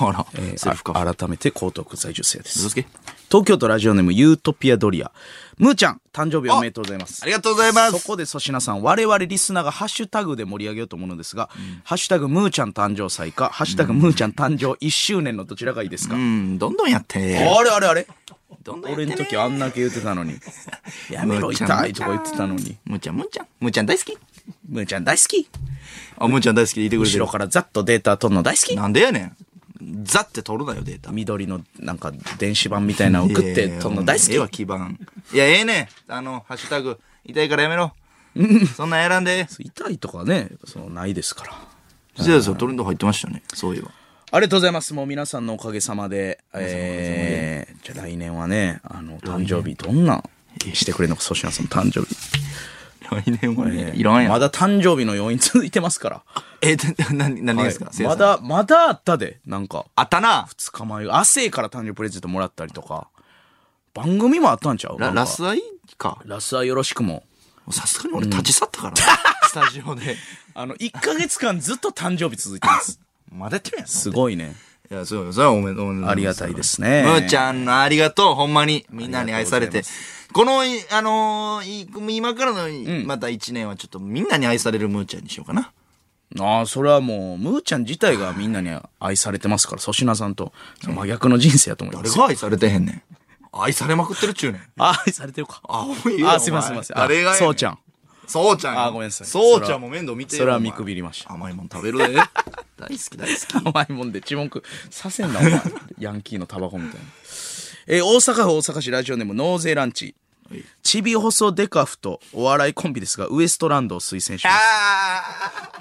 <laughs> あら、えーセルフカフェあ改めて江東区在住生です。嘘つけ。東京都ラジオネームユートピアドリア。むーちゃん、誕生日おめでとうございます。ありがとうございますそこで粗品さん、我々リスナーがハッシュタグで盛り上げようと思うのですが、ハッシュタグむーちゃん誕生祭か、ハッシュタグむーちゃん誕生1周年のどちらがいいですか、うん、どんどんやって。あれあれあれどんどんやって俺ねの時あんだけ言ってたのに。やめろ、むーちゃん痛いとか言ってたのに。むーちゃん、むーちゃん。むーちゃん大好き。むーちゃん大好きあ、むーちゃん大好きでいてくれて後るろ。からざっとデータ取るの大好きなんでやねん。ザって取るなよ、データ。緑のなんか電子版みたいなの送って取るの大好ええわ、き基盤。いや、ええねん。あの、ハッシュタグ、痛いからやめ <laughs> ろ。そんなんやらんで。痛いとかね、そのないですから。そうですよ、トレンド入ってましたね。そういえば。ありがとうございます。もう皆さんのおかげさまで。えー、じゃあ来年はね、あの、誕生日どんなしてくれるのか、粗品さんの誕生日。来年もね、いらんやん。まだ誕生日の要因 <laughs> 続いてますから。え、何、何ですかはいま。だ、まだあったで、なんか、あったな。捕まえよう、亜生から誕生日プレゼントもらったりとか、番組もあったんちゃうラなんかラスアイか。ラスはよろしくも。さすがに俺立ち去った <laughs> からな。スタジオで。あの、1ヶ月間ずっと誕生日続いて <laughs> ます。まだやってるやん。すごいね。いや、そうよ。それはおめでとう。ありがたいですねむーちゃんのありがとう。ほんまに。みんなに愛されありてがと。この、いあのーい今からの、また一年はちょっとみんなに愛されるむーちゃんにしようかな。ああ、それはもう、むーちゃん自体がみんなに愛されてますから、粗品さんと、その真逆の人生やと思います誰。が愛されてへんねん。愛されまくってるっちゅうねん。あ、愛されてるか。あ、おいあ、すいません、すいません。あ誰がやねそうちゃん。。そうちゃんよ。あごめんなさいそうちゃんも面倒見てよそれはお前見くびりました甘いもん食べる <laughs> で。大好き大好き。甘いもんで注文くさせんな、お前。ヤンキーのタバコみたいな。えー大阪府大阪市ラジオネーム、ノーゼランチ。ちび細デカフとお笑いコンビですが、ウエストランドを推薦します。あ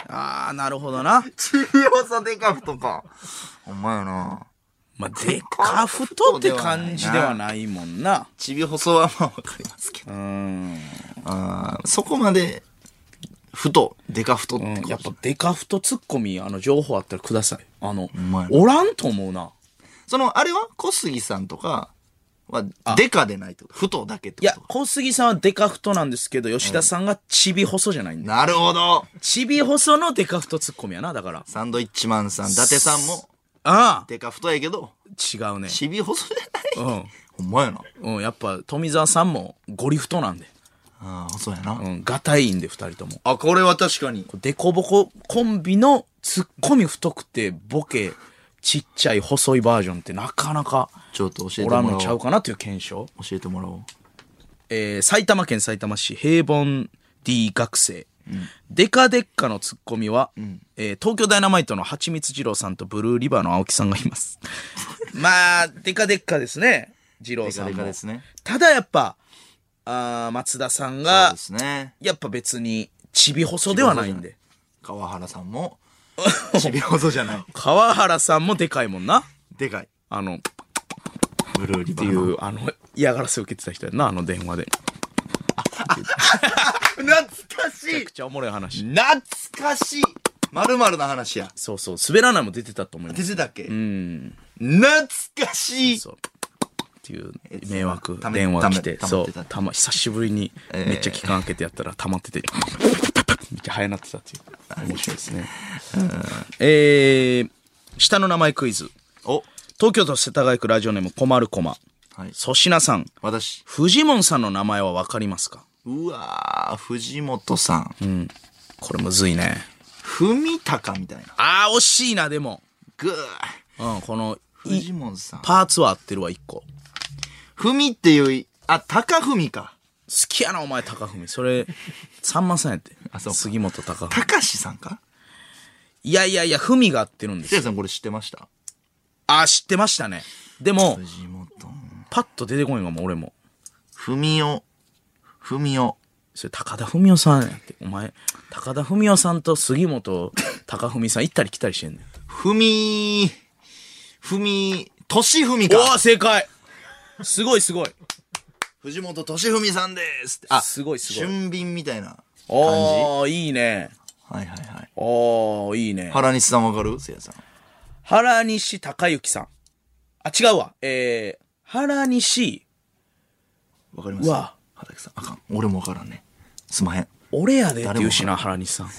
ーああ、なるほどな。ちびおさデカフとか。ほんまやな。まあ、デカフとって感じではないもんな。ちび細はまあわかりますけど。うん。あーそこまで、ふと、でかふとってこうんとやっぱデカフとツッコミ、あの、情報あったらください。あのまい、なおらんと思うな。その、あれは小杉さんとかは、でかでないってことふとだけっていこやと、小杉さんはデカフトなんですけど、吉田さんがちび細じゃないんだ。なるほど。ちび細のデカフトツッコミやな、だから。サンドイッチマンさん、伊達さんも、ああでかふとやけど、違うね。ちび細じゃない。うほんまやな。ん。うん、やっぱ、富澤さんもゴリ太なんで。ああ、細やな。うん、ガタイいんで、二人とも。あ、これは確かに。デコボココンビのツッコミ太くて、ボケ、ちっちゃい細いバージョンってなかなか、ちょっと教えおてらんものらちゃおうう。かなという検証。教えてもらおう。えー埼玉県埼玉市平凡 D 学生、デカデッカのツッコミは、えー東京ダイナマイトの蜂蜜二郎さんとブルーリバーの青木さんがいます <laughs> まあデカデッカですね二郎さんもデカデカですねただやっぱあー松田さんそうがですね。やっぱ別にちび細ではないんで川原さん <laughs> も、ちび細じゃない。川原さんもでかいもんなでかい。あのっブルーリバてーいの。うあの嫌がらせを受けてた人やなあの電話で懐かしめちいゃくちゃおもろい話懐かしいまるまるな話や。そうそう滑らないも出てたと思います出てたっけうん懐かしいそう。っていう迷惑ため電話来て、ためそためてう、たたま、久しぶりにえーめっちゃ期間空けてやったら溜まってて、めっちゃ早なってたっていう。面白いですね。えー、下の名前クイズ。お、東京都世田谷区ラジオネームこまるこま。はい。粗品さん、私。フジモンさんの名前はわかりますかうわー、藤本さん。これむずいね。文隆みたいな。あー、惜しいな、でも。ぐー。うん、この、い藤本さん。パーツは合ってるわ、一個。好文っていうい、あ、高文か。きやな、お前、高文。それ、さんまさんやって。あそうか杉本高文。高志さんかいやいやいや、文が合ってるんですせよ。やさんこれ知ってましたあー、知ってましたね。でも、藤本。パッと出てこいんがもう俺も。文雄。文雄。それ高田文夫さんやって。お前、高田文夫さんと杉本高文さん行ったり来たりしてんねん。文、文、俊文おー、か。正解すごいすごい。藤本俊文さんですって。あ、すごいすごい俊敏みたいな感じ。おー、いいね。はいはいはい。おー、いいね。原西さんわかるせいやさん。原西隆之さん。あ、違うわ。えー、原西、わかりますうわ。原西さん。あかん。俺もわからんね。すまへん。俺やでって言うしな、原西さん。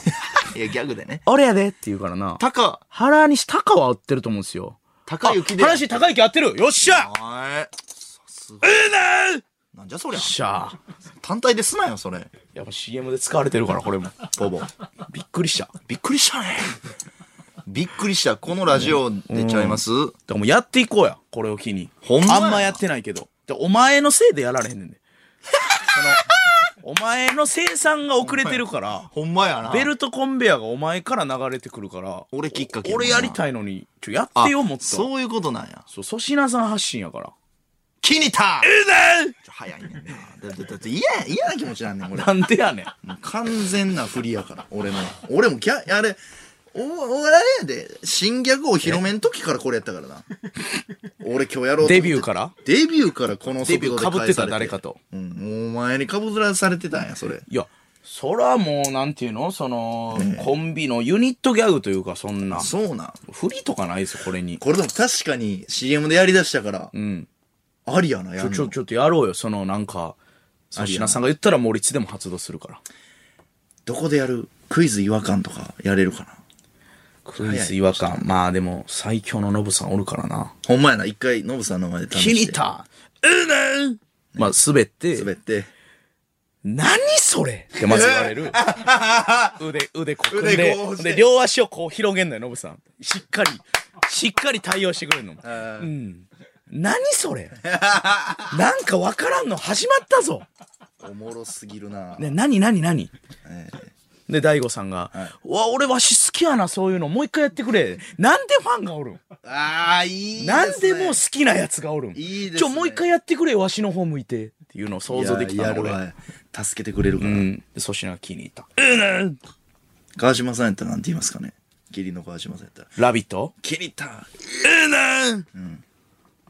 いや、ギャグでね。俺やでって言うからな。たか、原西隆は合ってると思うんですよ。高あ雪で。原西隆之合ってるよっしゃはい。さすすごい。なんじゃそりゃ。しゃあ。単体ですなよ、それ。いや、もう CM で使われてるから、これも。ほぼ。びっくりした。だかびっくりしたね。 <laughs> びっくりした。このラジオ出ちゃいます、らもうやっていこうや、これを機に。ほんまやあんまやってないけど。でお前のせいでやられへんねんで。その、お <laughs> 前の生産が遅れてるから、ほんまやな。ベルトコンベヤがお前から流れてくるから、俺きっかけお俺やりたいのに、ちょ、やってよ、もっと。そう。そういうことなんや。粗品さん発信やから。気にたちょ早いねんな。 <laughs> だだだって嫌や、嫌な気持ちなんねん、俺。なんでやねん。 <laughs> もう完全な振りや <laughs> から、俺の。俺もキャ、あれ、お、おあれやで、新ギャグを広めん時からこれやった <laughs> からな。俺今日やろうと思ってデビューからデビューからこのデ速ビュ度でー返被されってた誰かと。うん、もうお前にかぶらされてたんや、それ。いや、そらもう、なんていうのその、コンビのユニットギャグというか、そんな。そうなん。振りとかないですよ、これに。これでも確かに CM でやりだしたから、うん。ありやな、やちょ、んちょ、の。ちょっとやろうよ、その、なんか、粗品さんが言ったら森津でも発動するから。どこでやるクイズ違和感とかやれるかな。クイズ違和感。まあでも、最強のノブさんおるからな。ほんまやな、一回、ノブさんの前で試気して。に入ったうねんまあ、滑って、滑って。何それってまず言われ <laughs> る。腕、腕こう組ん腕でこうしてで、両足をこう広げんのよ、ノブさん。しっかり、しっかり対応してくれるの。うん。何それなんかわからんの始まったぞ。おもろすぎるな。ね、何何何、で、大悟さんが、うわ、俺わし好きやな、そういうの。もう一回やってくれ。なんでファンがおるんああ、いいすねなんでもう好きなやつがおるんいいですねちょ、もう一回やってくれ、わしの方向いて。っていうのを想像できいやたの、やる俺。わ助けてくれるから、うん。で、粗品が気に入った。川島さんやったらなんて言いますかね義理の川島さんやったらラビット「気に入った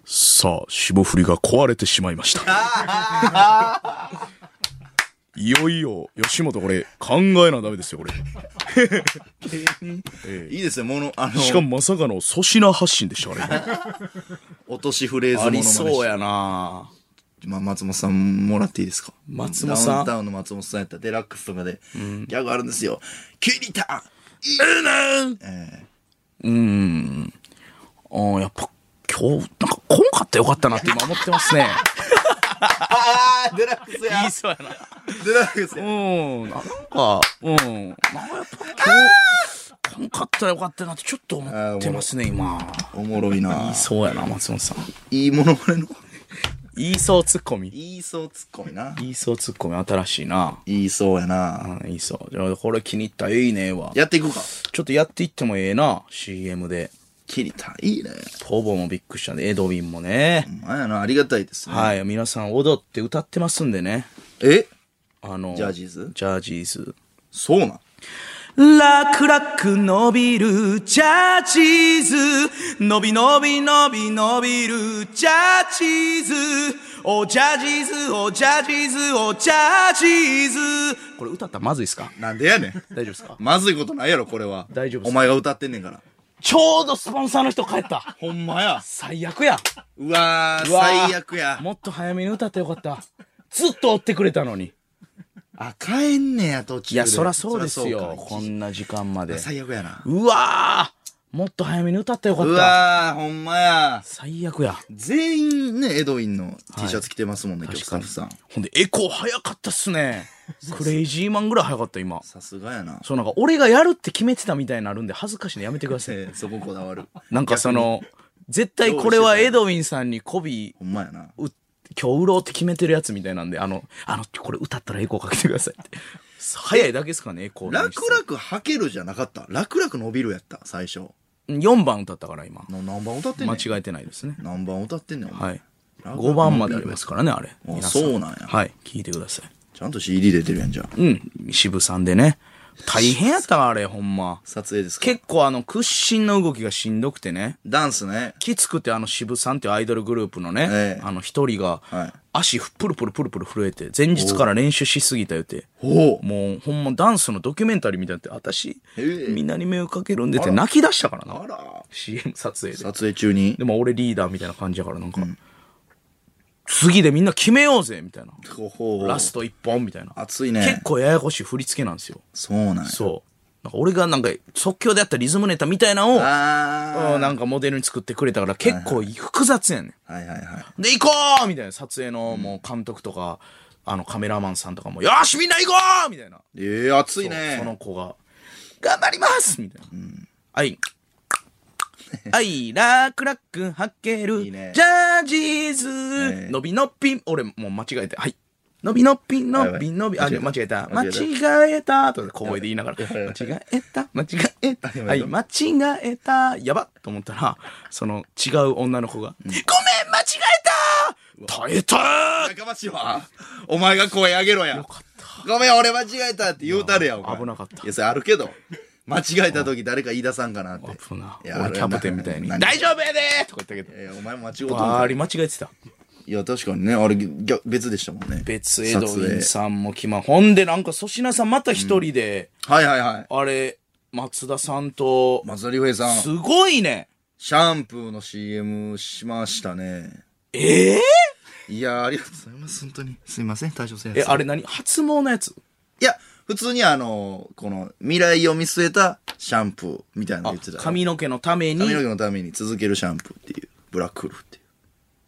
さあ、霜降りが壊れてしまい <laughs> ました。いよいよ、吉本これ、考えなダメですよ、これ。」いいですねものあのしかもまさかの粗品発信でした、あれ。落としフレーズ <laughs> あものりそうや、やなまあ、松本さんもらっていいですか松本さんダウンタウンの松本さんやったらデラックスとかで、ギャグあるんですよ「気に入ったいいなえあーやっぱ、今日、なんか、こんかったらよかったなって今思って <laughs> ますね。ああデラックスやそうやな。デラックスうやん、なんか、うん。なんかやっぱ今日、こんかったらよかったなってちょっと思ってますね、今。おもろいなそうやな、松本さん。いいものまねの言いそうツッコミ。言いそうツッコミな言いそうツッコミ新しいな。言いそうやなうん、言いそう。じゃあ、これ気に入った。いいねは。やっていこうかちょっとやっていってもええな、CM で。 「気に入ったいいねポボもびっくりしたね。エドウィンもね。まあやなありがたいですねはい、皆さん踊って歌ってますんでね。えあの、ジャージーズジャージーズ。そうなん楽々伸びるジャージーズ。伸び伸び伸び伸びるジャージーズ。おジャージーズ、おジャージーズ、おジャージーズ。これ歌ったらまずいですかなんでやねん。大丈夫ですかまずいことないやろ、これは。大丈夫っすお前が歌ってんねんから。ちょうどスポンサーの人帰った。ほんまや。最悪や。うわー、うわー最悪や。もっと早めに歌ってよかった。ずっと追ってくれたのに。あ、帰んねや、途中で。いや、そらそうですそよら。そうかこんな時間まで。最悪やな。うわーもっと早めに歌ってよかうった。わー、ほんまや。最悪や。全員ね、エドウィンの T シャツ着てますもんね、今日スタッフさん。ほんで、エコー早かったっす <laughs> ね。クレイジーマンぐらい早かった、今。さすがやな。そう、なんか、俺がやるって決めてたみたいになるんで、恥ずかしいのやめてください。えーそここだわる。なんか、その、絶対これはエドウィンさんに媚びほんまやな。う今日売ろうって決めてるやつみたいなんで、あの、あの、これ歌ったらエコーかけてくださいって。早いだけですかね、エコーの演楽出。々はけるじゃなかった。楽々伸びるやった、最初。 4番歌ったから今。な何番歌ってんね間ん。違えてないですね。何番歌ってんねん、お前はい。楽5番までありますからね、あれ。皆さそうなんやはい。聞いてください。ちゃんと CD 出てるやん、じゃあ。うん。渋さんでね。大変やったわあれ、ほんま。撮影ですか結構あの、屈伸の動きがしんどくてね。ダンスね。きつくてあの渋さんっていうアイドルグループのね、ええあの一人がはい足プルプルプルプル震えて、前日から練習しすぎたよって。おうもうほんまダンスのドキュメンタリーみたいになって、私、ええみんなに目をかけるんでって泣き出したからなあ。ら。 CM 撮影で。撮影中にでも俺リーダーみたいな感じやからなんか、次でみんな決めようぜみたいな。ほうほうラスト一本みたいな。熱いね結構ややこしい振り付けなんですよ。そうなんやそう。なんか俺がなんか即興でやったリズムネタみたいなのを、あうんなんかモデルに作ってくれたから結構複雑やねん。あ。はいはいはい。で、行こうみたいな撮影のもう監督とか、あのカメラマンさんとかも、よしみんな行こうみたいな。ええ熱いね。その子が、頑張りますみたいな。はい。はい、ラクラック履ける、いいねジャージーええズ、のびのぴん、俺もう間違えて、はい。のびのぴん、のびのび、あ、はいはい間違えた。間間違えた違えた。と小声で言いながら、間違えた、間違えた。やばはいい、や間違えた。やばっと思ったら、その違う女の子が、ごめん、間違えた耐えたやかましいわ。お前が声上げろや。かっごめん、俺間違えたって言うたれや、お前。危なかったいや、それあるけど。間違えた時誰か言い出さんかなって。危ないい。や俺キャプテンみたいに、あれな大丈夫やでとか言ったけど、えーお前も間違うとんあかーり間違えてた。いや、確かにね、あれ、逆別でしたもんね。別エドウィンさんも来ま、ほんでなんか粗品さんまた一人で、撮影はいはいはい。あれ、松田さんと、松田龍平さん、すごいね。シャンプーの CM しましたね。ええいやー、ありがとうございます。本当に。すいません、大将先生。え、あれ何初毛のやついや、普通にあの、この、未来を見据えたシャンプーみたいなのあ言ってた。髪の毛のために髪、の毛のために続けるシャンプーっていう。ブラックウルフってい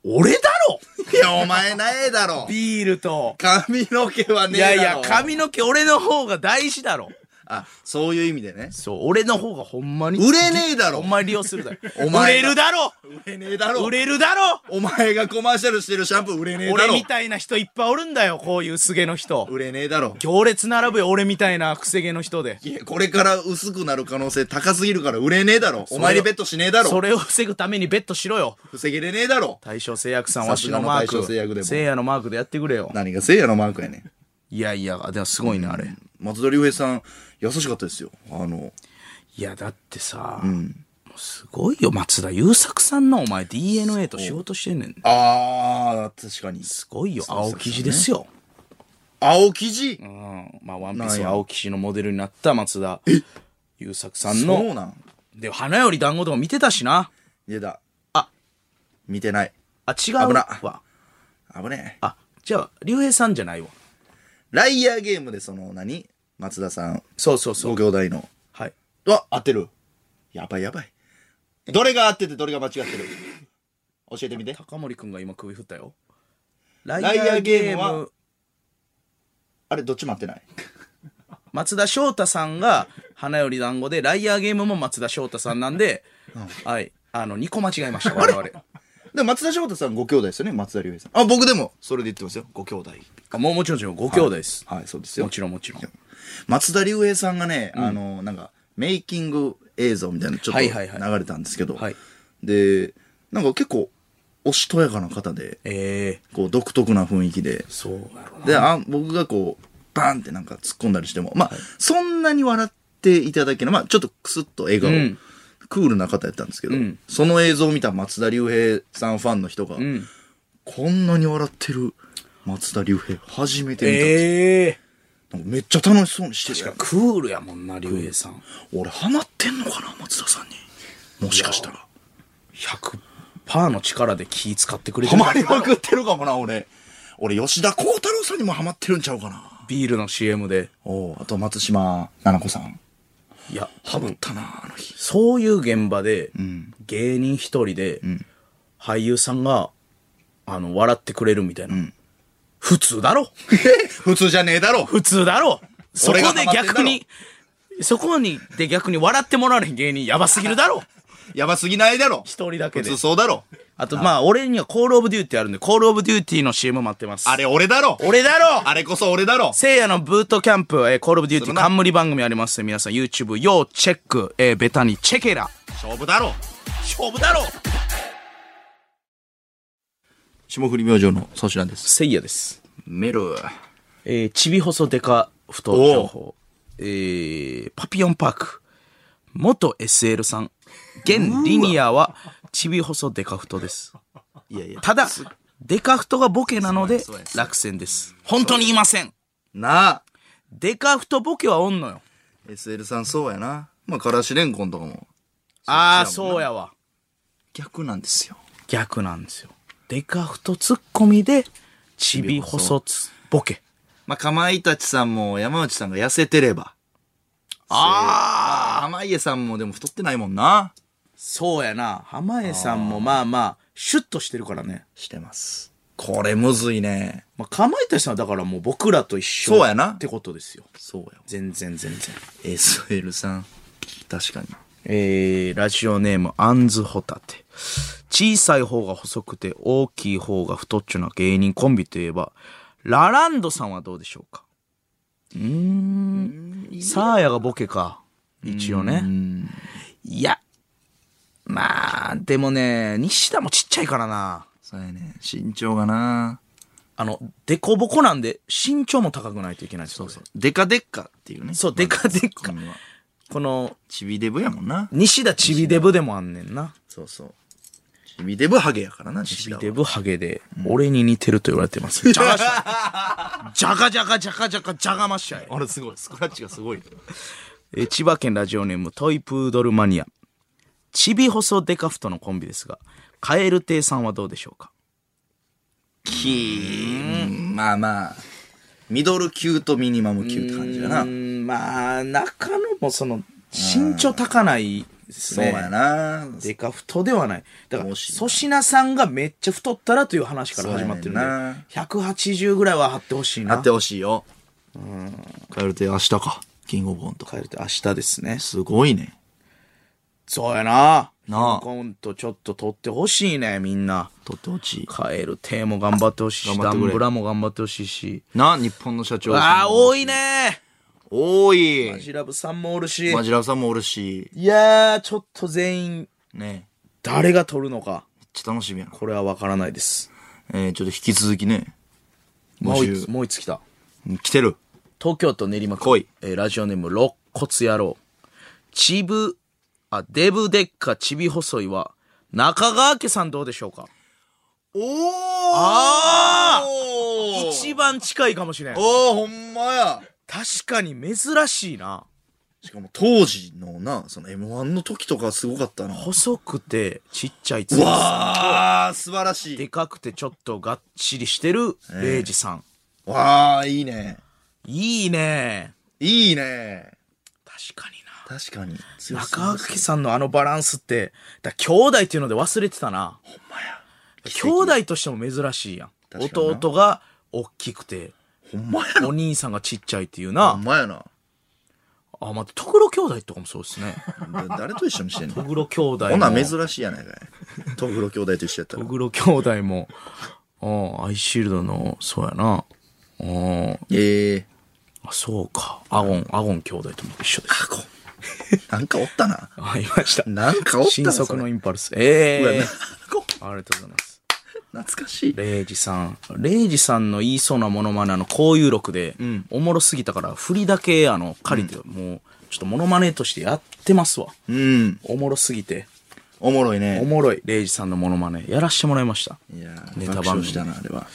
俺だろう。いや、お前ないだ <laughs> ろ。ビールと。髪の毛はねいえだやろ。いや、髪の毛俺の方が大事だろ。あ、そういう意味でね。そう、俺の方がほんまに。売れねえだろお前利用するだろ。 <laughs> お前が売れるだろ売れねえだ売れるだろお前がコマーシャルしてるシャンプー売れねえだ俺ろ。みたいな人いっぱいおるんだよ、こういうすげの人。売れねえだろ。行列並ぶよ、俺みたいなくせ毛の人で。いやこれから薄くなる可能性高すぎるから売れねえだろ。お前にベットしねえだそろ。れを防ぐためにベットしろよ。防げれねえだろ。大正製薬さん、さわすしがののマー大正製薬でもク。製薬のマークでやってくれよ。何がせいやのマークやねん。いやいや、でもすごいな、あれ。松田龍平さん、優しかったですよ。あの、いや、だってさ、もうすごいよ、松田優作さんのお前 DNA と仕事してんねん。あー、確かに。すごいよ、そうそうそう青生地ですよ。青生地うん。まあ、ワンピーなスんやの青生地のモデルになった松田優作さんそうの。なんで、花より団子とか見てたしな。いやだ。あ、見てない。あ、違う危なわ。危ねえ。あ、じゃあ、竜兵さんじゃないわ。ライアーゲームでその、何松田さん、そうそうそごう。兄弟の。はい。あ、合ってる。やばいやばい。どれが合っててどれが間違ってる教えてみて。高森くんが今首振ったよ。ライアーゲームはムあれ、どっちも合ってない。松田翔太さんが花より団子で、ライアーゲームも松田翔太さんなんで、はい。あの、2個間違えました、我々。でも松田翔太さんご兄弟ですよね、松田龍平さん。あ、僕でも、それで言ってますよ。ご兄弟。あもうもちろんもちろん、ご兄弟です。はい、そうですよ。もちろんもちろん。松田龍平さんがね、あの、なんか、メイキング映像みたいなのちょっとはい流はいはいれたんですけど、はいで、なんか結構、おしとやかな方で、ええこう、独特な雰囲気で、そうやろな。で、あ、僕がこう、バーンってなんか突っ込んだりしても、まあ、そんなに笑っていただけない、まあ、ちょっとクスッと笑顔、うんクールな方やったんですけど、んその映像を見た松田龍平さんファンの人が、んこんなに笑ってる松田龍平、初めて見たんです、ええなんかめっちゃ楽しそうにしてるやん確かにクールやもんな、竜兵さん。俺ハマってんのかな松田さんにもしかしたら100%の力で気使ってくれてハるマりまくってるかもな俺俺吉田鋼太郎さんにもハマってるんちゃうかなビールの CM で。おうあと松島菜々子さんいや、ハマったなあの日 <laughs> そういう現場で、芸人一人で、俳優さんが、あの、笑ってくれるみたいな。普通だろ普通じゃねえだろ普通だろそこ俺がでハマってんだろ逆に、そこに、で逆に笑ってもらわれへん芸人やばすぎるだろやばすぎないだろ一人だけ普で通。そうだろあと、まあ、俺にはコールオブデューティーあるんで、コールオブデューティーの CM 待ってます。あれ俺だろ俺だろあれこそ俺だろせいやのブートキャンプ、えーコールオブデューティそーれな冠番組ありますね。皆さん YouTube、要チェック、えーベタにチェケラ。勝負だろ勝負だろ霜降り明星の粗品ですせいやです。メルえー、ちび細デカ不当情報。えー、パピオンパーク。元 SL さん。現リニアは、ちび細デカ太です。いやいやただ、デカ太がボケなのでそうやそう、や落選です。本当にいません。なあデカ太ボケはおんのよ。 SL さんそうやなまあからしれんこんとかもああ、そうやわ。逆なんですよ逆なんですよ。デカ太ツッコミで、ちび細つボケ。まあ、かまいたちさんも山内さんが痩せてれば、ああ、濱家さんもでも太ってないもんな。そうやな。濱家さんもまあまあ、シュッとしてるからね。してます。これむずいね。まあ、かまいたちさんはだからもう僕らと一緒。そうやなってことですよ。そうや。全然全然。 SL さん。確かに。えー、ラジオネーム、アンズホタテ。小さい方が細くて大きい方が太っちょな芸人コンビといえば、ラランドさんはどうでしょうかうーん。サーヤがボケか。一応ね。いや。まあ、でもね、西田もちっちゃいからな。そうやね。身長がな。あの、デコボコなんで、身長も高くないといけないそうそう。デカデッカっていうね。そう、デカデカツッコ。ミはこの、チビデブやもんな。西田ちびデブでもあんねんな。そうそう。チビデブハゲやからな、チチビデブハゲで、俺に似てると言われ <laughs> てます。じゃがしゃ。じゃがじゃがじゃがじゃがじゃがましゃい。あれすごい。スクラッチがすごい。えー千葉県ラジオネームトイプードルマニア。ちび細デカフトのコンビですが、カエル亭さんはどうでしょうかきーまあまあ。ミドル級とミニマム級って感じやな。ん、まあ、中野もその、身長高ないですそうやな。デカ太ではない。だから、惜しいな粗品さんがめっちゃ太ったらという話から始まってるんでそうやねんな、 180ぐらいは張ってほしいな。なってほしいよ。うん。帰るて明日か。キングオブコント。帰ると明日ですね。すごいね。そうやな。なあキングコントちょっと取ってほしいね、みんな。とってほしい。カエル亭も頑張ってほしいし、頑張ダってくれンブラも頑張ってほしいし。な、日本の社長ああ、多い。多いね多マい。ジラブさんもおるし。マジラブさんもおるし。いやー、ちょっと全員、ね。誰が取るのか、めっちゃ楽しみやな。これはわからないです。えー、ちょっと引き続きね。募もう一集つ、。もう一つ来た。来てる。東京都練馬区来いえーラジオネーム肋骨野郎ちぶあデブデッカちび細いは中川家さんどうでしょうかおーあお一番近いかもしれん確おーほんまや。かに珍しいなしかも当時のな、その M1 の時とかすごかったな。細くてちっちゃいつわあ素晴らしでい。かくてちょっとがっちりしてるレイジさん、わあいいね。いいねいいね。確かにな確かに。中川家さんのあのバランスってだ兄弟っていうので忘れてたな兄弟としても珍しいやん確かにな弟が大きくてほんまやお兄さんがちっちゃいっていうな。ほ。なんまやな。あ、まあ、トグロ兄弟とかもそう <laughs> ですね。だ誰と一緒に <laughs> してんトのグロ兄弟も。ほな珍しいやないかい。トグロ兄弟と一緒やったらト。グロ兄弟も。うん、アイシールドの、そうやな。うん、 <laughs> ええあそうか。アゴン、アゴン兄弟とも一緒です。ー。なんかおったな。あ、いました。なんかおった新な。速のそインパルス。えれうわえなー。ありがとうございます。懐かしい。レイジさん。レイジさんの言いそうなものまね、あの、こういう録で、んおもろすぎたから、振りだけ、あの、借りて、もう、ちょっとモノマネとしてやってますわ。うん。おもろすぎて。おもろいおね。もろい、レイジさんのモノマネ、やらしてもらいました。いやーネタ爆番笑組したな、あれは。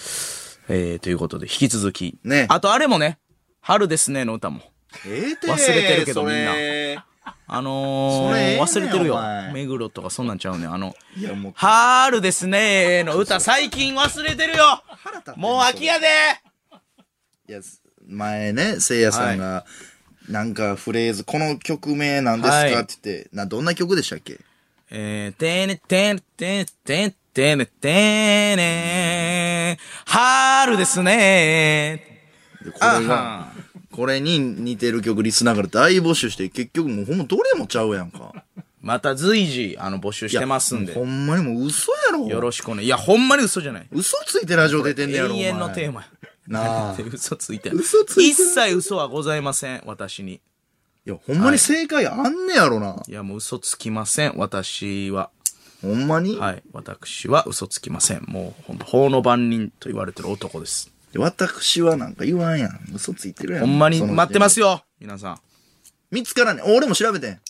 えー、ということで、引き続き。ねあと、あれもね、春ですねの歌も。ええて忘れてるけどそれみんなあのそれええー、ねん忘れてるよお前。目黒とかそんなんちゃうねん。あの、いや、もう、春ですねの歌、最近忘れてるよ立ってんねんもう秋やでいや、前ね、せいやさんが、なんかフレーズ、この曲名なんですか、はいって言って、な、どんな曲でしたっけえー、てねてねてねてねてねてね春ですねでこあれはが、これに似てる曲リスナーから大募集して、結局もうほんまどれもちゃうやんか。また随時、あの、募集いしやてますんでほ。んまにもう嘘やろ。よろしくね。いや、ほんまに嘘じゃない。嘘ついてラジオ出てんねやろ。永遠のお前テーマや。なあ。い嘘ついてない <laughs> 嘘ついてない一切嘘はございません私にや、ほんまに正解あんねやろな。いやもう嘘つきません私はほんまに、はい私は嘘つきませんもうほんと法の番人と言われてる男です私はなんか言わんやん。嘘ついてるやん。ほんまにその待ってますよ。よ皆さん見つからね。俺も調べてん。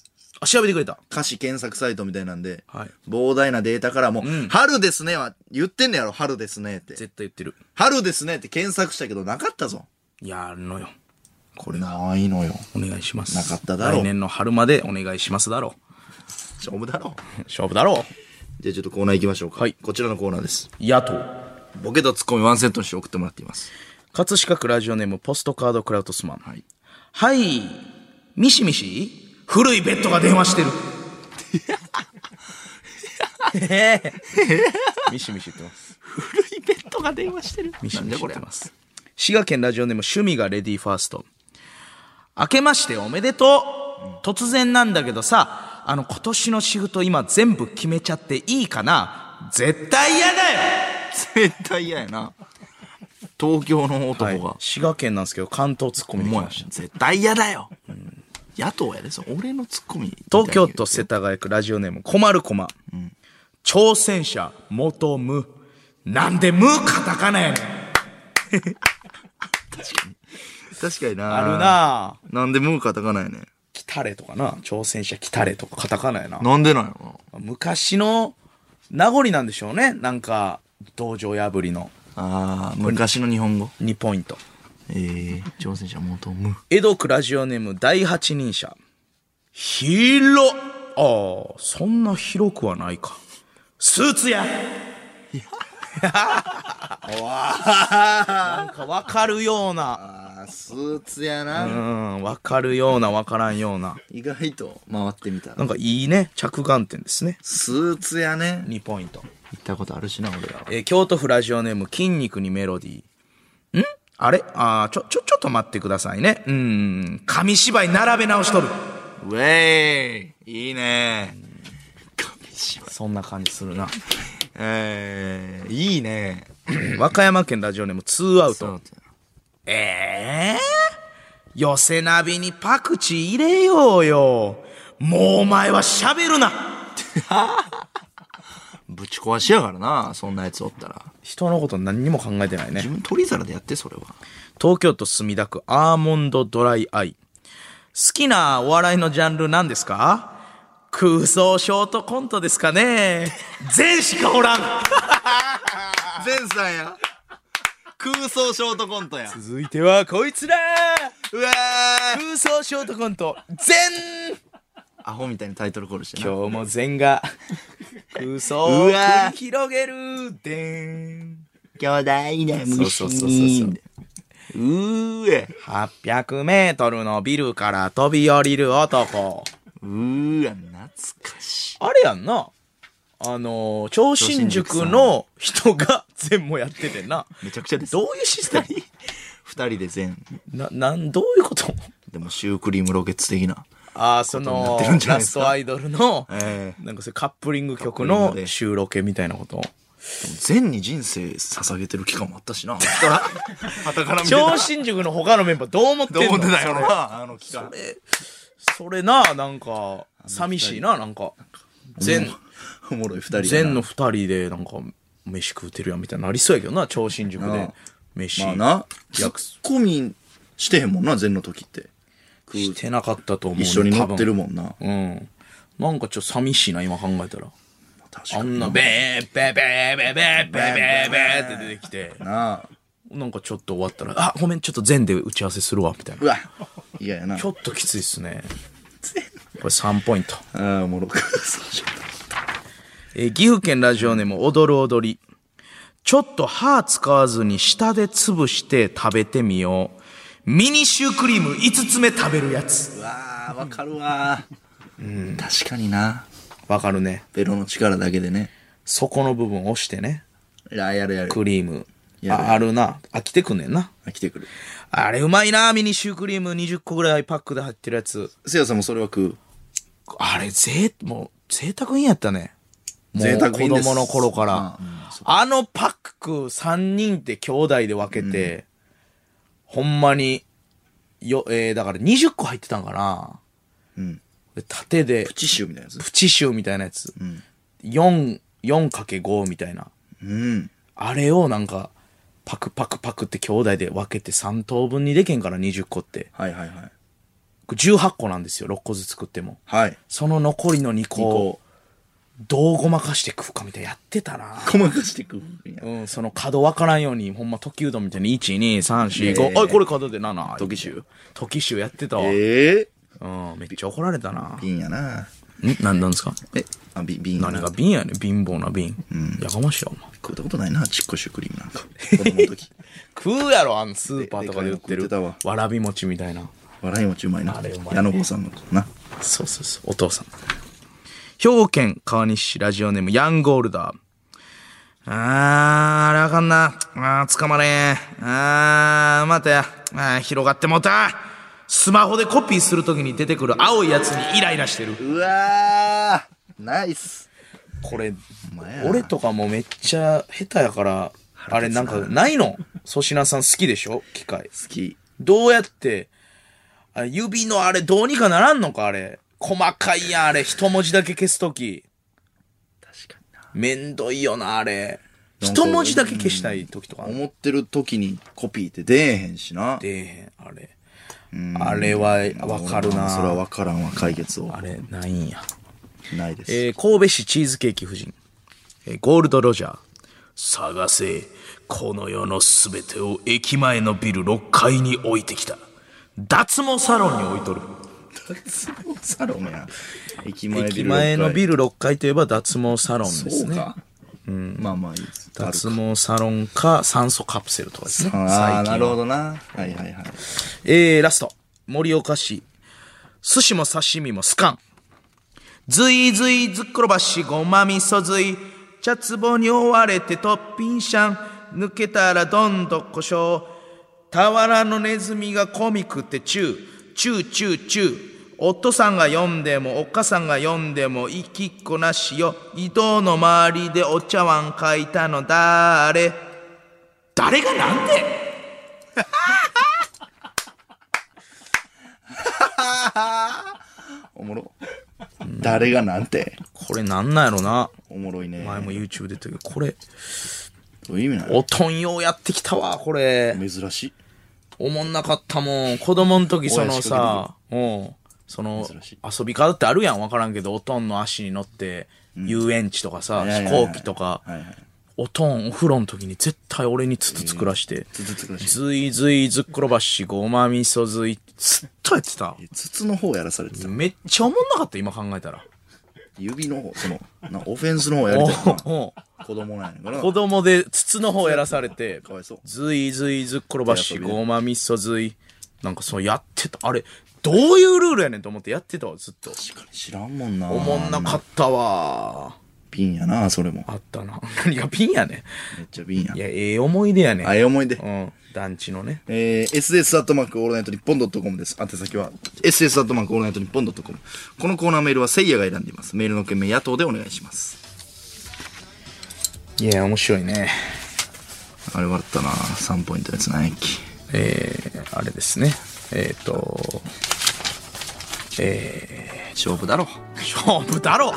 あ調べてくれた歌詞検索サイトみたいなんで、はい膨大なデータからも、ん春ですねは言ってんねやろ、春ですねって。絶対言ってる春ですねって検索したけどなかったぞ。いやあるのよこれないのよ。お願いしますなかっただろ来年の春までお願いしますだろ丈夫だろ。う <laughs> 勝負だろじゃあちょっとコーナー行きましょうか。はいこちらのコーナーです。う野党ボケとツッコミワンセットにして送ってもらっています。葛飾区ラジオネームポストカードクラウトスマンはい。はい。ミシミシ古いベッドが電話してる。ええミシミシ言ってます。古いベッドが電話してる。ミシミシ言ってます。滋賀県ラジオネーム趣味がレディーファースト。明けましておめでとう。突然なんだけどさ、あの今年の仕事今全部決めちゃっていいかな絶対嫌だよ絶対嫌やな。東京の男が。滋賀県なんですけど関東ツッコミでおき前ました絶対嫌だよ。野党やで、それ俺のツッコミ。東京都世田谷区ラジオネーム困る駒、挑戦者元無なんで無カタカナやねん確かにな。あるなぁなんでムーカタカナやねん。来たれとかな挑戦者来たれとかカタカナやななんでなんやろ昔の名残なんでしょうねなんか道場破りのな。あー、昔の日本語。 2ポイントえー、挑戦者元ムー。江戸区ラジオネーム第八人者広っああそんな広くはないかスーツや <laughs> なんかわかるようなあー、スーツやな。うんわかるようなわからんような意外と回ってみたなんかいいね着眼点ですねスーツやね。 2ポイント行ったことあるしな、俺ら。えー京都府ラジオネーム筋肉にメロディー。んあれあーちょ、ちょ、ちょっと待ってくださいね。うーん。紙芝居並べ直しとる。ウェーイいいねそんな感じするな。えー、いいね和歌山県ラジオネームツーアウそうト。ええー、寄せナビにパクチー入れようよ。もうお前は喋るなぶち壊しやからな、そんなやつおったら。人のこと何にも考えてないね自。分取り皿でやって、それは。東京都墨田区アーモンドドライアイ。好きなお笑いのジャンル何ですか空想ショートコントですかね全しかおらん前さんや。空想ショートコントや。続いてはこいつらうわー空想ショートコント全アホみたいにタイトルコールしてな。今日も全が空想を繰り広げるでん兄弟だよ、そうそうそうそうそううーえ。 800メートルのビルから飛び降りる男うーわ、懐かしい。あれやんな。あのー、超新塾の人が全もやっててんな。めちゃくちゃです。どういうシステ二人で全。ムな、なん、どういうことでも、シュークリームロケッツ的な。ああ、そことになっのてるん、じゃないラですスかトアイドルの、ええなんかそういうカップリング曲カップリングので収録みたいなこと。全に人生捧げてる期間もあったしな。人ら、はたから見てた超新塾の他のメンバーどう思ってんどうの思ってたよな、あの期間。それな、なんか、寂しいな、なんか。全、おもろい二人やな。全の二人で、なんか、飯食うてるやんみたいになりそうやけどな、超新塾なであ。飯。まあな、ツ約束ッコミしてへんもんな、全の時って。してなかったと思うね。一緒に乗ってるんもんな。うん。なんかちょっと寂しいな、今考えたら。確あかにんな、べー、べーべーべーべーべーべーべーって出てきて、なあ。なんかちょっと終わったら、あ、ごめん、ちょっと全で打ち合わせするわ、みたいうな。わ、嫌やな。ちょっときついっすね。これ3ポイント。ああ、おもろく。そうえー岐阜県ラジオネーム、踊る踊り。ちょっと歯使わずに舌で潰して食べてみよう。ミニシュークリーム5つ目食べるやつ。うわあ、わかるわ。うん、確かにな。わかるね。ベロの力だけでね。底の部分押してね。あ、やるやる。クリーム。やるあ、あるな。飽きてくんねんな。あ、来てくる。あれうまいな、ミニシュークリーム20個ぐらいパックで入ってるやつ。せいやさんもそれは食う。あれ、ぜい、もう、贅沢品やったね。もう贅沢品子です供の頃から。あうんうんのパック3人で兄弟で分けて、ほんまに、よ、えー、だから20個入ってたんかな。うん。で縦でプ、チシューみたいなやつ。プチシューみたいなやつ。ん4、4×5 みたいな。うん。あれをなんか、パクパクパクって兄弟で分けて3等分にでけんから20個って。はいはいはい。 18個なんですよ、6個ずつ作っても。はい。その残りの2個こどうごまかして食うかみたいなやってたなう、。ごまかして食うんや。うん、その角分からんように、ほんま、時うどんみたいに、1、2、3、4、5、ねえあ、これ角で7。時集時集やってたわ。ええうん、めっちゃ怒られたな。瓶やな。んなんなんですかえ、あ、び瓶やな何が瓶やねん貧乏な瓶。やかましいわ、お前。食ったことないな、ちっこシュークリームなん <laughs> か。子供の時。食うやろ、あの、スーパーとかで売ってでるでかいの食ってたわ。わらび餅みたいな。笑い餅うまいなあれうまいね矢野子さんのなそうそうそう、お父さん。兵庫県川西市ラジオネームヤンゴールダー。あー、あれあかんな。あー、捕まれん。あー、待て。あー、広がってもうた。スマホでコピーするときに出てくる青いやつにイライラしてる。うわーナイスこれ、前やな俺とかもめっちゃ下手やから、あれなんかないの粗品さん好きでしょ機械。好きどうやって、あ指のあれどうにかならんのかあれ。細かいやん、あれ。一文字だけ消すとき。確かになめんどいよな、あれ。なんか一文字だけ消したい時とかあんの思ってる時にコピーって出えへんしな出えへん、あれ。あれはわかるな。それは分からんわ解決をあれ、ないんや。ないです、えー神戸市チーズケーキ夫人、えーゴールドロジャー探せこの世のすべてを駅前のビル6階に置いてきた脱毛サロンに置いとるサロンや駅前駅前のビルル6階といえば脱毛サロンで六階すそうねか、まあまあいいです脱毛サロンか酸素カプセルとかですねああ最近なるほどなはいはいはいえー、ラスト。盛岡市。寿司も刺身もスカン。ずいずいずっころばしごまみそずい。茶壺に追われてトッピンシャン。抜けたらどんどん故障。俵のネズミがコミくてチュー。チューチューチュー。お父さんが読んでもお母さんが読んでも行きっこなしよ井戸の周りでお茶碗書いたのだれ誰がなんでおもろ誰がなんてこれなんなんやろなおもろいね前も YouTube 出てるけど、これ、どういう意味なのおとんようやってきたわ、これ。珍しいおもんなかったもん。子供の時、その親仕掛さ、うん。その、珍しい遊び方ってあるやん、わからんけど、おとんの足に乗って、遊園地とかさ、いやい飛やいや行機とか、はいはいおとんお風呂の時に絶対俺につつ作らして、つつつらしいずいずいずっころばし、ごまみそずい、ずっとやってた。筒の方やらされてためっちゃおもんなかった、今考えたら。指の方そのなオフェンスの方やりおたいなお子供なんや <laughs> からな子供で筒の方やらされてかわいそう、ずいずいずっころばし、手遊びでごまみそずい。なんかそうやってた。あれ、どういうルールやねんと思ってやってたわ、ずっと。確かに知らんもんなおもんなかったわ。ピンやなそれもあったな。 <laughs> 何がピンやねめっちゃピンやん。いや、ええ思い出やねん。あええ思い出うん。団地のね。えー、ss アットマークオールナイトニッポンドットコムです。宛先は ss アットマークオールナイトニッポンドットコム。このコーナーメールはせいやが選んでいます。メールの件名野党でお願いします。いや、面白いね。あれ笑ったな3ポイントのやつないっけえー、あれですね。えっ、と、勝負だろ。勝負だろ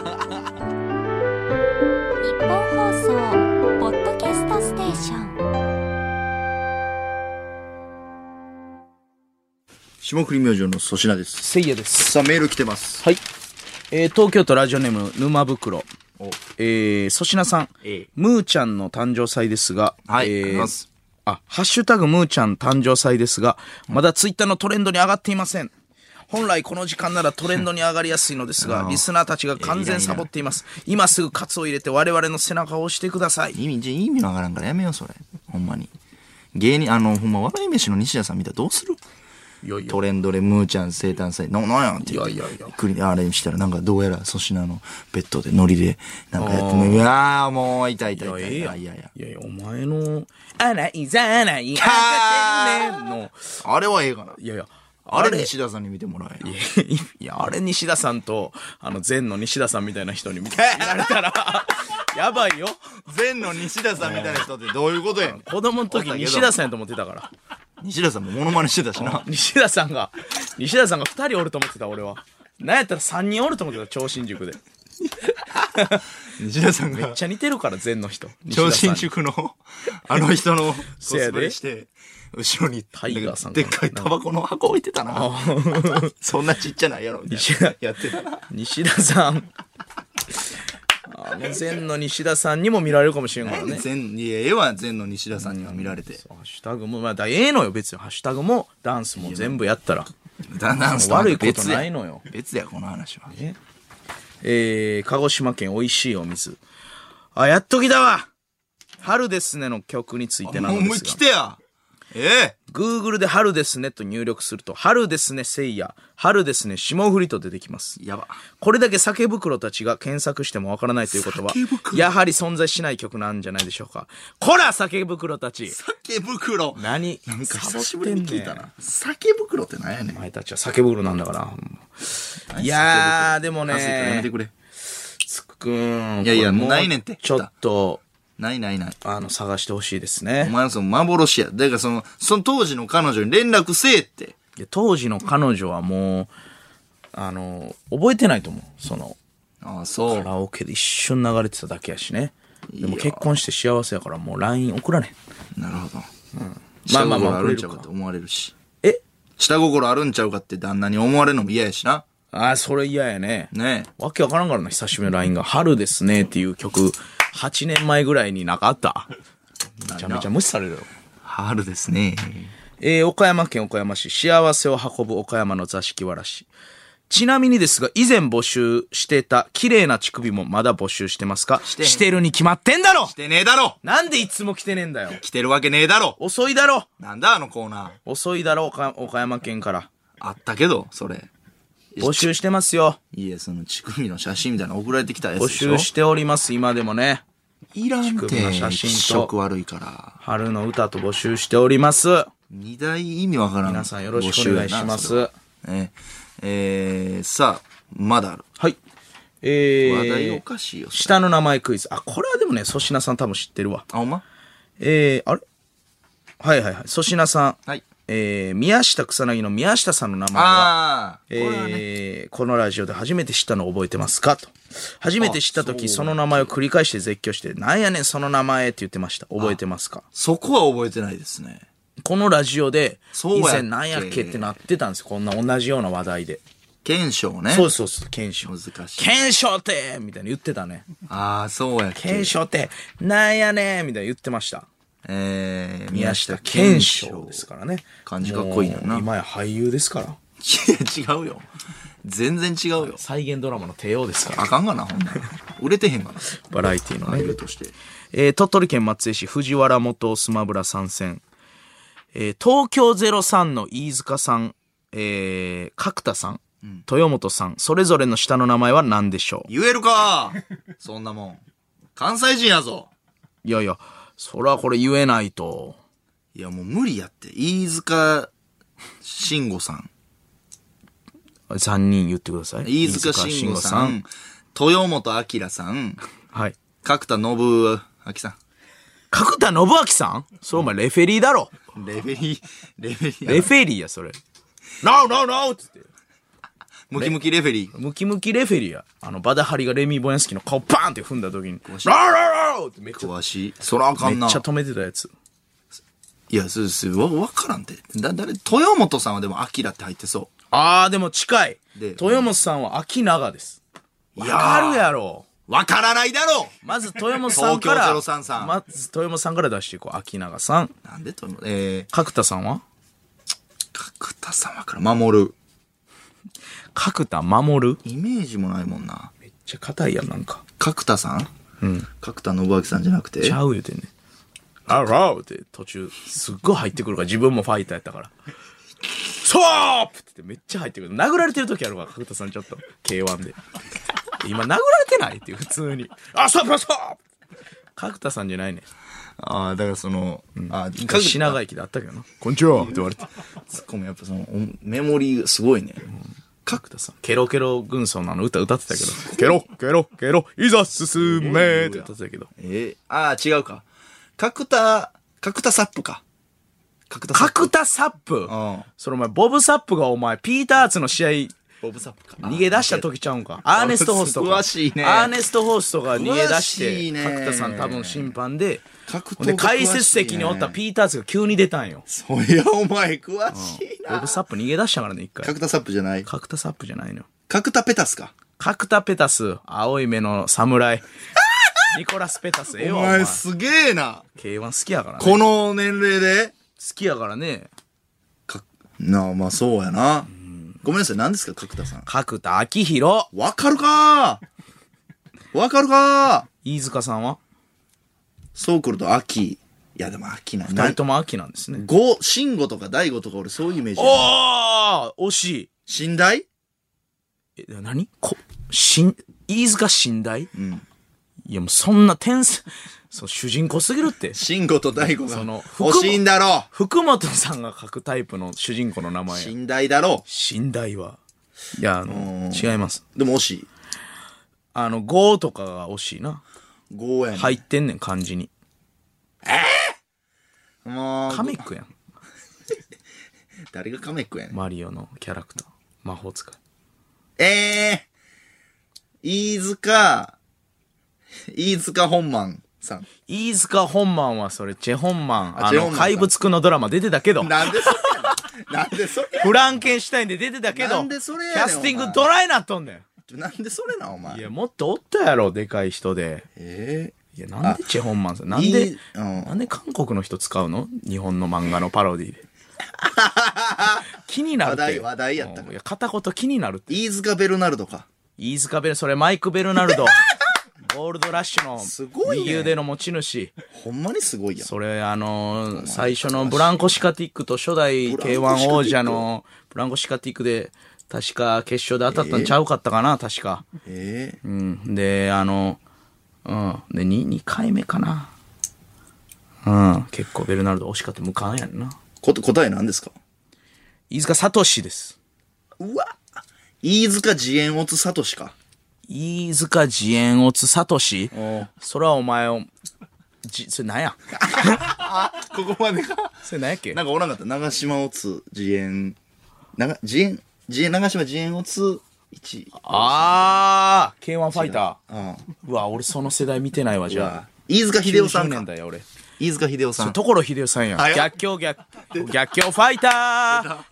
日本放送ポッドキャストステーション霜降り明星の粗品です。せいやです。さあ、メール来てます。はい。えー東京都ラジオネーム、沼袋。おえー粗品さん、ええむーちゃんの誕生祭ですが、はいえーありますあ、ハッシュタグむーちゃん誕生祭ですが、まだツイッターのトレンドに上がっていません。本来この時間ならトレンドに上がりやすいのですが、リスナーたちが完全サボっています。今すぐカツを入れて我々の背中を押してください。意味、じゃ意味のわからんからやめよう、それ。ほんまに。芸人、あの、ほんま、笑い飯の西田さん見たらどうするいやいやトレンドでムーちゃん生誕祭、な、なんやんって言って。いやいやいやクリあれしたら、なんかどうやら粗品のベッドでノリで、なんかやってみる。うわーもう、痛い痛い痛い。ええやんいやいや。いやいや、お前の、あらいざらい、あー赤てんねんの、あれはええかな。いやいや、あれ西田さんに見てもらえよ。い <laughs> や、あれ西田さんと、あの、前の西田さんみたいな人 <laughs> に見られたら、やばいよ。前の西田さんみたいな人ってどういうことやん。子供の時西田さんやと思ってたから。西田さんもモノマネしてたし <laughs> な。西田さんが、西田さんが2人おると思ってた、俺は。なんやったら3人おると思ってた、超新塾で。西田さんめっが、ちゃ似てるから、前の人。超新西田さんに。宿の、あの人 <laughs> のコせやでスプレして、後ろに、タイガーさんかでっなかいタバコの箱置いてたな。 <laughs> そんなちっちゃないやろ、みた西いな田。やってたな。西田さん。あの、前の西田さんにも見られるかもしれんからね。全いや絵は全の西田さんには見られて、ハッシュタグも、まあ、だええのよ、別に。ハッシュタグも、ダンスも全部やったら。だんだん悪いことないのよ。別やこの話はえー、鹿児島県美味しいお水。あ、やっときたわ春ですねの曲についてなのもでうす来が。てやえ Google で春ですねと入力すると、春ですねせいや、春ですね霜降りと出てきます。やば。これだけ酒袋たちが検索してもわからないということは酒袋、やはり存在しない曲なんじゃないでしょうか。こら酒袋たち酒袋。何なんか久しぶりに聞いたサボってんねんな。酒袋ってなんやねん。お前たちは酒袋なんだから。いやー、でもね、恥ずいからやめてくれ。つっくん。いやいやこれもうないねんてちょっと、ないないない。あの、探してほしいですおね。前はその幻や。だからその、その当時の彼女に連絡せえって。で当時の彼女はもう、あの、覚えてないと思う。その、ああ、そカう。ラオケで一緒に流れてただけやしね。でも結婚して幸せやからもう LINE 送らねなるほど。ん。まあまあまあ、あ送るれんちゃるうかってか。思われるし。え下心あるんちゃうかって旦那に思われるのも嫌やしな。あー、それ嫌やね。ねわけわからんからな、久しぶりの LINE が。春ですねっていう曲、8年前ぐらいになかった。めちゃめちゃ無視されるよ。え。春ですね。えー岡山県岡山市、幸せを運ぶ岡山の座敷わらし。ちなみにですが、以前募集してた綺麗な乳首もまだ募集してますかしてへんるに決まってんだろ来てねえだろなんでいつも来てねえんだよ来てるわけねえだろ遅いだろなんだあのコーナ遅いだろ岡岡山県から。ー。あったけど、それ。募集してますよ。いや、その乳首の写真みたいなの送られてきたやつ募でしょ。集しております、今でもね。いらんて。首の写真と気色悪いから。春の歌と募集しております。二大意味わからん。皆さんよろしくお願いしま募集やな。す。それはえーえー、さあ、まだある。はい。えー、話題おかしいよ。下の名前クイズ。あ、これはでもね、粗品さん多分知ってるわ。あ、ほんまえー、あれはいはいはい。粗品さん。はいえー、宮下草薙の宮下さんの名前は、ああ、えーこれはね、このラジオで初めて知ったのを覚えてますかと。初めて知った時、その名前を繰り返して絶叫して、なんやねん、その名前って言ってました。覚えてますかそこは覚えてないですね。このラジオで、そう以やっけ前なんやっけってなってたんですよ。こんな同じような話題で。検証ね。そうですそうそう、検証。難しい検証ってみたいに言ってたね。ああ、そうやっけ。検証って、なんやねんみたいに言ってました。えー、宮下賢章ですからね。漢字かっこいいよなもう今や俳優ですから。いや違うよ。全然違うよ。再現ドラマの帝王ですから。あかんがな、ほんなら。売れてへんがな。バラエティの入ねる。として。えー鳥取県松江市藤原元スマブラ参戦。えー東京03の飯塚さん、えー角田さん、豊本さん、それぞれの下の名前は何でしょう言えるか <laughs> そんなもん。関西人やぞ。いやいや、そらこれ言えないと。いや、もう無理やって。飯塚慎吾さん。 3人言ってください。飯塚慎吾さん。豊本明さん。はい。角田信明さ角田信明さんそれお前レフェリーだろ。ん。レベリー、レベリーやなレフェリーや、それ。ノーノーノーっつって。ムキムキレフェリー。ムキムキレフェリーや。あの、バダハリがレミー・ボヤンスキーの顔バーンって踏んだ時に、ローローローってめっちゃ、わし、そらあかめんっな。ちゃ止めてたやつ。いや、そうです。わ、わからんて。だ、誰、豊本さんはでも、アキラって入ってそあー、でも近い。で豊本さんは秋永です。う。わいかるややろ。ーわからないだろうまず豊本さんから、東京033まず豊本さんから出していこう。秋永さん。なんで豊本、えー、角田さんは角田さんわからん。守る。角田守るイメージもないもんな。めっちゃ硬いやん、なんか。角田さんうん。角田信明さんじゃなくて。ちゃう言うてんね。あらーって途中、すっごい入ってくるから、自分もファイターやったから。スワープってめっちゃ入ってくる。殴られてる時あるわ、角田さんちょっと。K1 で。今殴られてないっていう、普通に。あ、ストップストップ角田さんじゃないね。ああ、だからその、ああ、角品川駅であったけどな。こんにちはって言われて。ツッコミやっぱその、おメモリーすごいね。角田さん。ケロケロ軍曹のあの歌歌ってたけど。ケロ、ケロ、ケロ、いざ進めって歌ってたけど。えー、ああ、違うか。角田、角田サップか。角田サップ。角田サップんそれお前、ボブサップがお前、ピーターアーツの試合、ボブサップか。逃げ出した時ちゃうんか。アーネストホーストか。詳しいねアーネストホーストが逃げ出詳しいして、ね角田さん多分審判で、格闘ほんで解説席におったピーターズが急に出たんよ。そりゃお前詳しいボな。ブサップ逃げ出したからね、一回。角田サップじゃない。角田サップじゃないのよ。角田ペタスか。角田ペタス、青い目の <laughs> 侍。ニコラス・ペタス、ええおわ、お前前。すげえな。 K1 好きやからね。好この年齢で。きやからね。かなあ、まあそうやな。ごめんなさい、何ですか、角田さん。角田昭弘。わかるかわかるか飯塚さんはそうくると秋、いや、でも秋なん二だ人。とも秋なんですね。ゴ、慎吾とか大悟とか俺そういうイメージやな。ああ惜しい。寝台え、何こ、しん、飯塚寝台んいやもうそんな天才、そう、主人公すぎるって。慎吾と大悟がその欲しいんだろ福本さんが書くタイプの主人公の名前や。寝台だろ寝台は。いや、あの、違います。でも惜しい。あの、ゴーとかが惜しいな。ゴーやねん。入ってんねん、漢字に。もうカメックやん。誰がカメックやねん。マリオのキャラクター。魔法使い。えー、飯塚、飯塚本満さん。飯塚本マンはそれ、チェホンマン。ああチェホンマンさの、ん怪物くんのドラマ出てたけど。なんでそれやねんなんでそれやフランケンシュタインで出てたけど。なんでそれやねキんャスティングドライなっとんだよ。なんでそれな、お前。いや、もっとおったやろ、でかい人で。えいや、なんでチェホンマンさん。なんいでい、うんなんで韓国の人使うの日本の漫画のパロディ <laughs> で。気になるって。話題話題やったからうんいや、片言気になるって。ー、飯塚ベルナルドか。飯塚ベル、それマイク・ベルナ <laughs> ルド。ゴールドラッシュすのごいね右腕の持ち主。ほんまにすごいやん。それ、あのー最初のブランコシカティックと初代 K1 王者のブランコシカティックで、確か決勝で当たったんちゃうかったかな、確か。えー、うん。で、あの、うん。で、2、二回目かな。うん。結構ベルナルド惜しかった。無冠やんな。こと答え何ですか飯塚聡です。うわ飯塚自演オツサトシか。飯塚自演オツ聡おうそれはお前を、じ、それなんやここまでか。 <laughs> それなんやっ <laughs> けなんかおらんかった。長島オツ自演、長、自演、自演、長島自演オツ1。あー !K1 ファイター。うん。うわ、俺その世代見てないわ、じじゃゃあ。飯塚秀夫さん90年か。代や、俺。飯塚秀夫さん。所秀夫さんやはん。い逆境逆、逆境ファイタ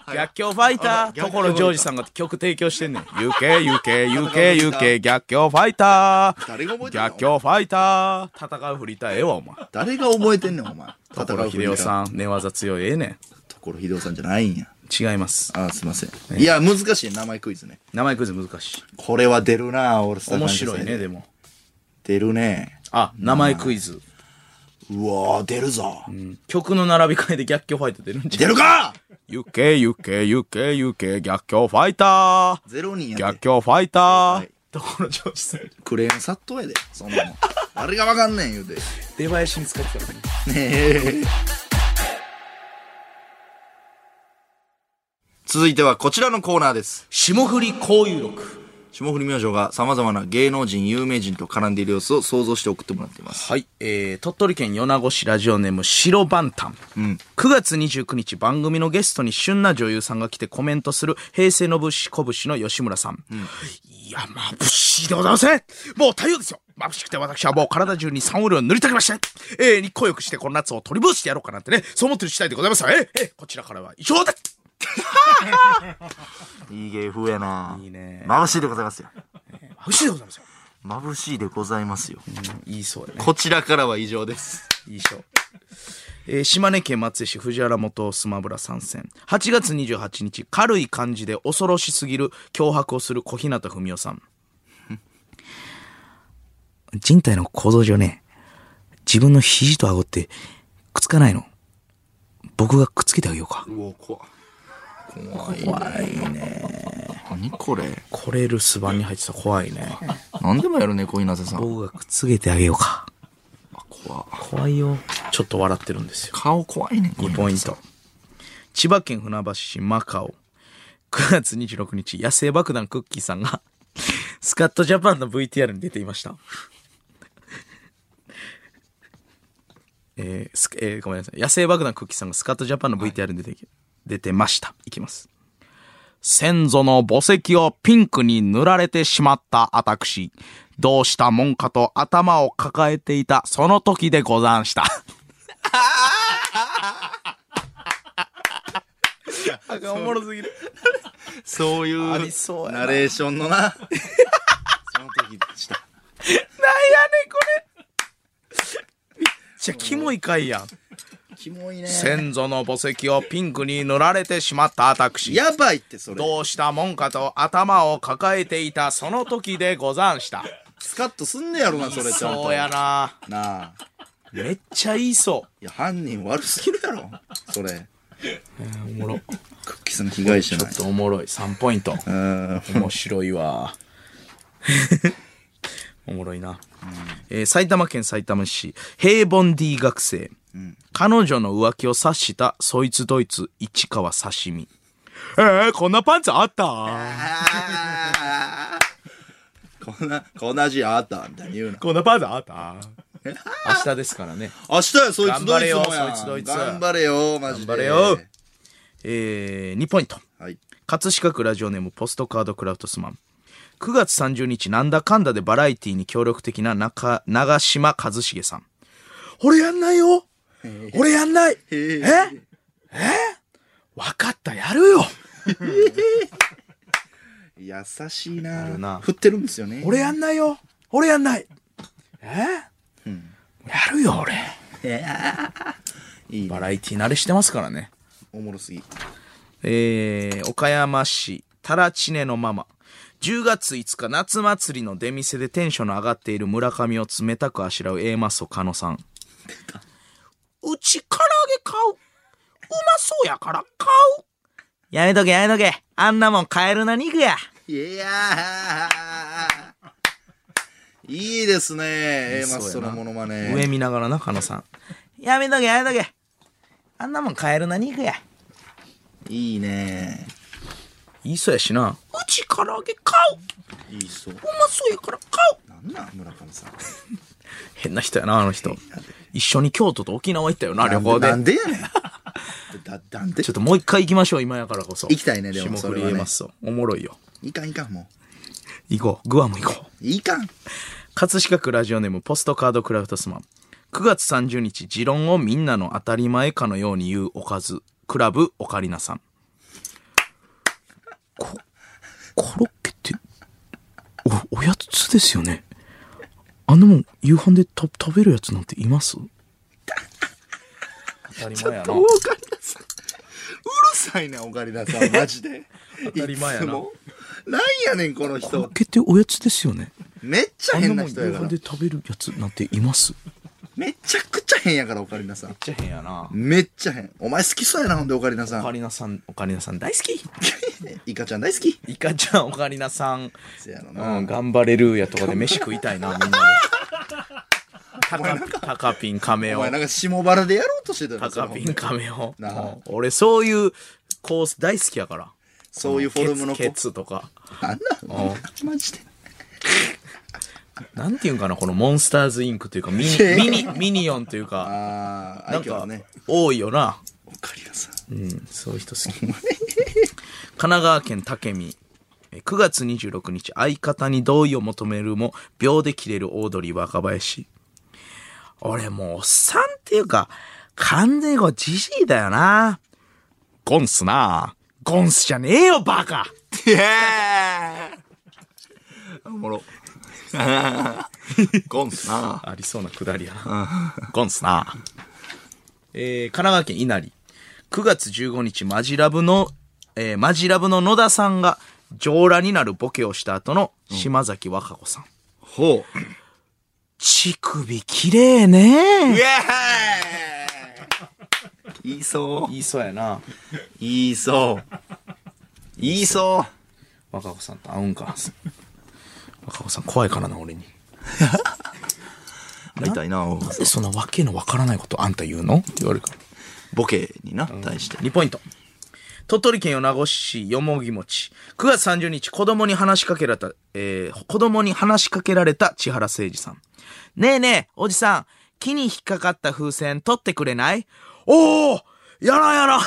ー逆境ファイター逆境所ジョージさんが曲提供してんねん。行け行 <laughs> け行け戦う行け逆境ファイタ誰が覚えーてんの逆境ファイター戦う振りたいええわ、お前。誰が覚えてんねん、お前。 <laughs> 所秀夫ん。さん、寝技強いええね所秀夫さんじゃないんや。ん。違います。あー、すいません。いや、難しい、名前クイズね。名前クイズ難しこれは出るなオールスい。ター面白いね、でも。も。出るねあ、名前クイズ。うわー、出るぞ。曲の並び替えで逆境ファイター出るんじゃ出るかん。行け行け行け行け逆境ファイターゼロ人や逆で。境ファイタはーい所ジョージさん。クレーン殺到やで。そんなもん。誰がわかんねん言うて。ね出囃子に使ってたね。え。続いてはこちらのコーナーです。霜降り交友録。霜降り明星が様々な芸能人、有名人と絡んでいる様子を想像して送ってもらっています。はい。えー、鳥取県米子市ラジオネーム白番ンん9月29日番組のゲストに旬な女優さんが来てコメントする平成のぶしこぶしの吉村さん。いや、まぶしいでございますね。もう太陽ですよ。まぶしくて私はもう体中にサンオイルを塗りたくまして、えー、日光浴してこの夏を取り戻してやろうかなってね、そう思ってる次第でございます。えー、えーこちらからは以上です。いい芸風やないいね眩しいでございますよ。まぶしいでございますよ。眩しいでございますよ。いいそうやね。 <laughs> こちらからは以上です。いい賞。えー島根県松江市藤原元スマブラ参戦8月28日軽い感じで恐ろしすぎる脅迫をする小日向文世さん <laughs> 人体の構造上ね自分の肘と顎ってくっつかないの僕がくっつけてあげようかうお、怖怖い。怖いね。何これ。これ留守番に入ってたら怖いね何でもやるね、小稲瀬さん。僕がくっつけてあげようか怖怖いよちょっと笑ってるんですよ顔怖いね、こ2ポイント。千葉県船橋市マカオ。9月26日、野生爆弾クッキーさんが、スカットジャパンの VTR に出ていました。えーすえーごめんなさい。野生爆弾クッキーさんがスカットジャパンの VTR に出て,、出てました。いきます。先祖の墓石をピンクに塗られてしまった私。どうしたもんかと頭を抱えていたその時でござんした。おもろすぎる。そういう、ありそうやなナレーションの <laughs> な。その時でした。なんやねんこれめっちゃキモい回やんキモいね。先祖の墓石をピンクに塗られてしまった私やばいって、それ。どうしたもんかと頭を抱えていたその時でござんしたスカッとすんねやろな、それちゃんと。そうやななあ。めっちゃいいそいや、犯人悪すぎるやろ。それ。う。おもろ。クッキーさんの被害者ちょないっ。とおもろい。3ポイント。うん。面白いわ。おもろいな。えー埼玉県埼玉市、平凡 D 学生。彼女の浮気を察した、そいつドイツ、市川刺身。えー、こんなパンツあったあーこんな、こんな字あったみたいに言うな。こんなパンツあ <laughs> った明日ですからね。明日や、そいつドイツもや。頑張れよそいつドイツ頑張れよ、マジで。頑張れよ。えー、2ポイント。はい。葛飾区ラジオネームポストカードクラフトスマン9月30日なんだかんだでバラエティに協力的な中長嶋一茂さん俺やんないよ俺やんないええ分かったやるよ優しいなるな振ってるんですよね。俺やんないよ俺やんないえやるよ俺 <laughs> いいバね。ラエティ慣れしてますからねおもろすぎ。えー、岡山市、タラチネのママ。10月5日、夏祭りの出店でテンションの上がっている村上を冷たくあしらう A マッソ加野さん。うち唐揚げ買う。うまそうやから買う。やめとけやめとけ。あんなもん買えるな肉や。いやーいいですね、A マッソのモノマネ。上見ながらな、加野さん。やめとけやめとけ。あんなもん買えるな肉や。いいね。言いそうやしな。うち唐揚げ買う。いいそう。うまそうやから買う。なんなん、村上さん。変な人やな、あの人。一緒に京都と沖縄行ったよな、旅行でな。んでや <laughs> ねん。だ、なんでちょっともう一回行きましょう、今やからこそ。行きたいねでも霜そ降れりはね言えますと。おもろいよ。いかんいかん、も行こう。グアム行こう。う。いかん。葛飾区ラジオネームポストカードクラフトスマン。9月30日、持論をみんなの当たり前かのように言うおかず、クラブオカリナさん。こ、コロッケって、お、おやつですよね。あんなもん、夕飯でた食べるやつなんています当たり前やな。おかりなさん。うるさいな、おかりなさん、マジで。 <laughs> 当たり前やなつもなんやねん、このコロッ人。ケっておやつですよね。めっちゃあんな変もなん夕人やか飯らで。食べるやつなんていますめっめちゃくちゃ変やから、おかりなさん。ちゃ変やな。めっちゃ変。お前好きそうやな、ほんで、おかりなさオカん。リナさん、オカリナさん大好き。イカちゃん大好き。イカちゃん、オカリナさん、せやろうな。ん、頑張れるやとかで飯食いたいな、みんなで。タカタカピン、カメおオ前。なんか下腹でやろうとしてたよタカピン、カメオ。なあもう俺、そういうコース大好きやから。そういうフォルムの子ケツケツとか。なんなんマジで。なんていうんかな、このモンスターズインクというか、ミニ、ミニ、ミニオンというか、ああ、な愛ん嬌あるかね。、多いよな。おかりなさん。うん、そういう人好き。神奈川県武見。え9月26日、相方に同意を求めるも、秒で切れるオードリー若林。俺もう、おっさんっていうか、完全にこう、じじいだよな。ゴンスな。ゴンスじゃねえよ、バカおも <laughs> ろ。ゴンスな。ありそうなくだりやな。ゴンスな。えー神奈川県稲荷。9月15日、マジラブの、えーマジラブの野田さんが、上裸になるボケをした後の島崎和歌子さん。ほう。乳首綺麗ね。言いそ言いそうやな。う。言いそう。言いそ和歌子さんと会うんか。和歌子さん怖いからな、俺に。う。会いたいな、大川なんさんでそんなわけのわからないことあんた言うのって言われるから。ボケにな、対して。 2ポイント。鳥取県米子市よもぎ餅。9月30日、子供に話しかけられた、えー、子供に話しかけられた千原誠二さん。ねえねえ、おじさん、木に引っかかった風船取ってくれないおおやらんやらん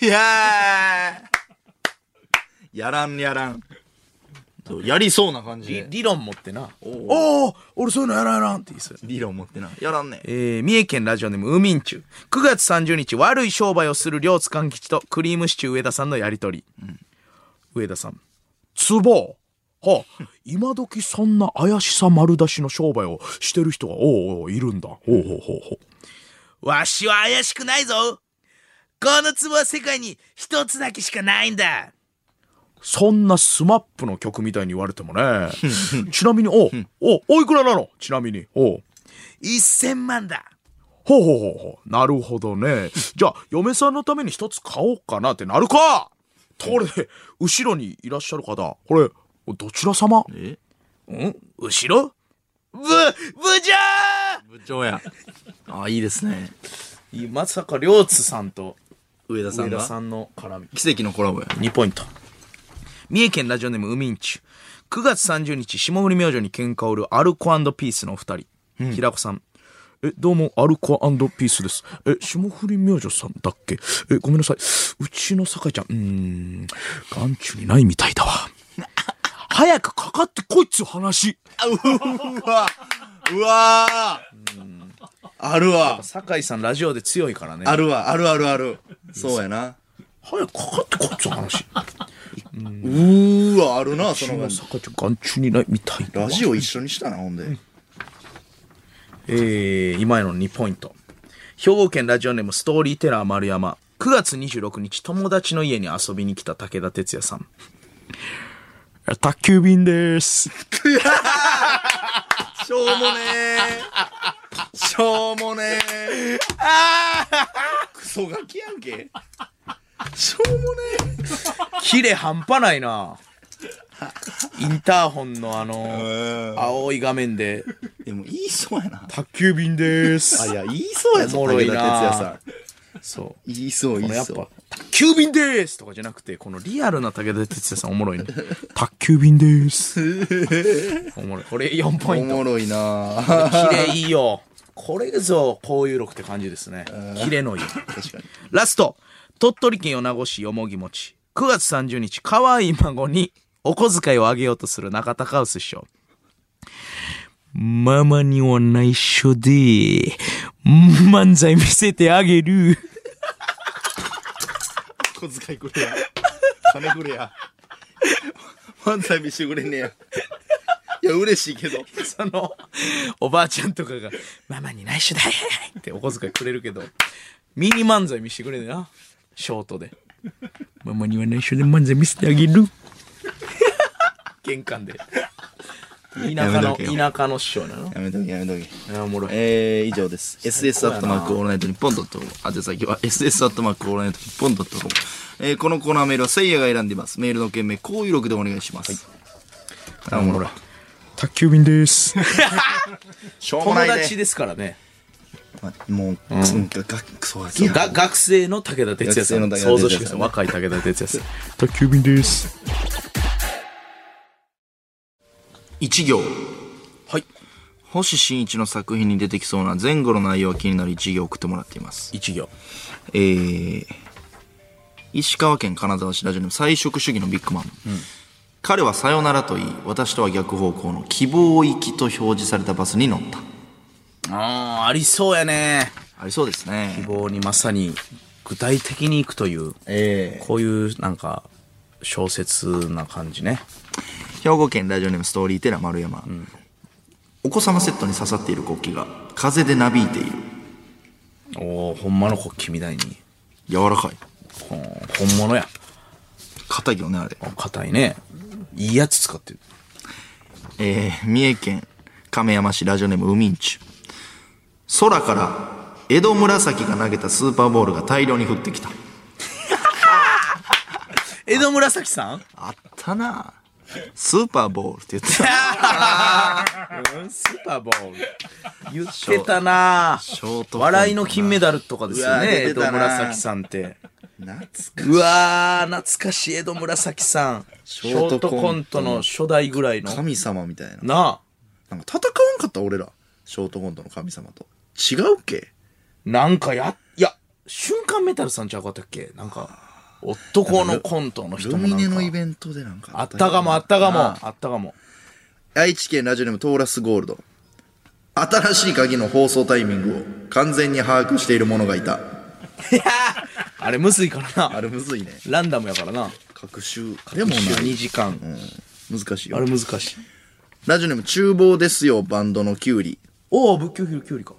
いやーやらんやらん。そうやりそうな感じ理で。理論持ってな。おーお俺そういうのやらんやらんって言いそうや理論持ってな。やらんね。えー、三重県ラジオネーム、ウミンチュ。9月30日、悪い商売をする両津勘吉とクリームシチュー上田さんのやりとり。上田さん。ツボはあ、今時そんな怪しさ丸出しの商売をしてる人が、おうおういるんだ。ほうほうほうほう。わしは怪しくないぞこのツボは世界に一つだけしかないんだそんなスマップの曲みたいに言われても <laughs> ね。ちなみに、おうおうおいくらなのちなみに、おう1000万だ。ほうほうほうほう。なるほどね。じゃあ、嫁さんのために一つ買おうかなってなるかところで、後ろにいらっしゃる方、これ、どちら様えん後ろぶ、部長部長や。あ、いいですね。まさか、両津さんと上田さんが。んの絡み。奇跡のコラボや。 2ポイント。三重県ラジオネームウミンチュ。9月30日、霜降り明星に喧嘩を売るアルコピースのお二人。平子さん。え、どうも、アルコピースです。え、霜降り明星さんだっけえ、ごめんなさい。うちの酒井ちゃん、うーん、眼中にないみたいだわ。早くかかってこいっつう話。うわうわあるわ。酒井さん、ラジオで強いからね。あるわ。あるあるある。そうやな。早くかかってこ <laughs> いっつう話。うーわ、あるな、そのうちの。酒井ちゃん、眼中にないみたいだわラジオ一緒にしたな、ほんで。えー、今への2ポイント。兵庫県ラジオネームストーリーテラー丸山。9月26日、友達の家に遊びに来た武田鉄矢さん。宅急便 <laughs> です。しょうもねー。しょうもねー。クソガキやんけ。しょうもねキレ半端ないな。インターホンのあの、ー。青い画面で、でも、言いそうやな。宅急便です。あ、いや、言いそうやぞ、おもろいな武田鉄矢さん。そう。言いそう、こ言のいやっそう。ぱ、宅急便ですとかじゃなくて、このリアルな武田鉄矢さんおもろいね。宅急 <laughs> 便です。おもろい。これ4ポイおント。もろいなキレいいよ。これぞ、交友録って感じですね。キレのいい。確かに。ラスト、鳥取県米子市よもぎ餅。9月30日、可愛い孫にお小遣いをあげようとする中田カウス師匠。ママには内緒で、漫才見せてあげる。小遣いくれや。金くれや。 <laughs> 漫才見してくれんねや。 <laughs> いや、嬉しいけど。その、おばあちゃんとかが、ママに内緒だってお小遣いくれるけど、ミニ漫才見してくれるな。ショートで。ママには内緒で漫才見せてあげる。玄関で。田舎やめの、とけよ田舎の師匠なの。やめとけ、やめとけ。あおもろい。えー、以上です。SS アットマークオールナイトニッポンドットコム。宛先は SS アットマークオールナイトニッポンドットコム。えー、このコーナーメールはせいやが選んでいます。メールの件名、高有録でお願いします。あおもろい。宅急便です。しょうも友ない達ね。ですからね。まもう、クソが、がクソがきや。が学生の武田鉄矢さ学生のん。想武田鉄矢さん像してください。若い武田鉄矢さん。宅急便です。一行。はい。星新一の作品に出てきそうな前後の内容は気になり一行送ってもらっています。一行。えー、石川県金沢市ラジオネーム菜食主義のビッグマン、彼はさよならと言い私とは逆方向の希望行きと表示されたバスに乗ったああ、ありそうやね。ありそうですね希望にまさに具体的に行くという、えこういうなんか小説な感じね。兵庫県ラジオネームストーリーテラ丸山、お子様セットに刺さっている国旗が風でなびいているおお、ほんまの国旗みたいに。柔らかいほん本物や。硬いよねあれ硬いね。いいやつ使ってる。えー三重県亀山市ラジオネーム海んちゅ空から江戸紫が投げたスーパーボールが大量に降ってきた江戸紫さんあったなスーパーボールって言ってた。 <laughs> スーパーボール。言ってたなぁショートコントな笑いの金メダルとかですようわね、出江て戸たな紫さんって。懐かしいうわー、懐かしい江戸紫さん。ショョーートトココンントトのの初代ぐらいの。神様みたいな。なあ。なんか戦わんかった俺ら。ショートコントの神様と。違うっけなんかや、いや、瞬間メタルさんちゃうかったっけなんか、男のコントの人ルもミなネのんイか。ベントでなんかあったかも、あったかも、なあったかも。愛知県ラジオネームトーラスゴールド。新しい鍵の放送タイミングを完全に把握している者がいた。あれむずいからあな。れむずいね。ランダムやからな。各週。でもな週2時間。難しいあよれ。難しい。ラジオネーム厨房ですよ、バンドのキュウリ。おお、仏教ヒルキュウリか。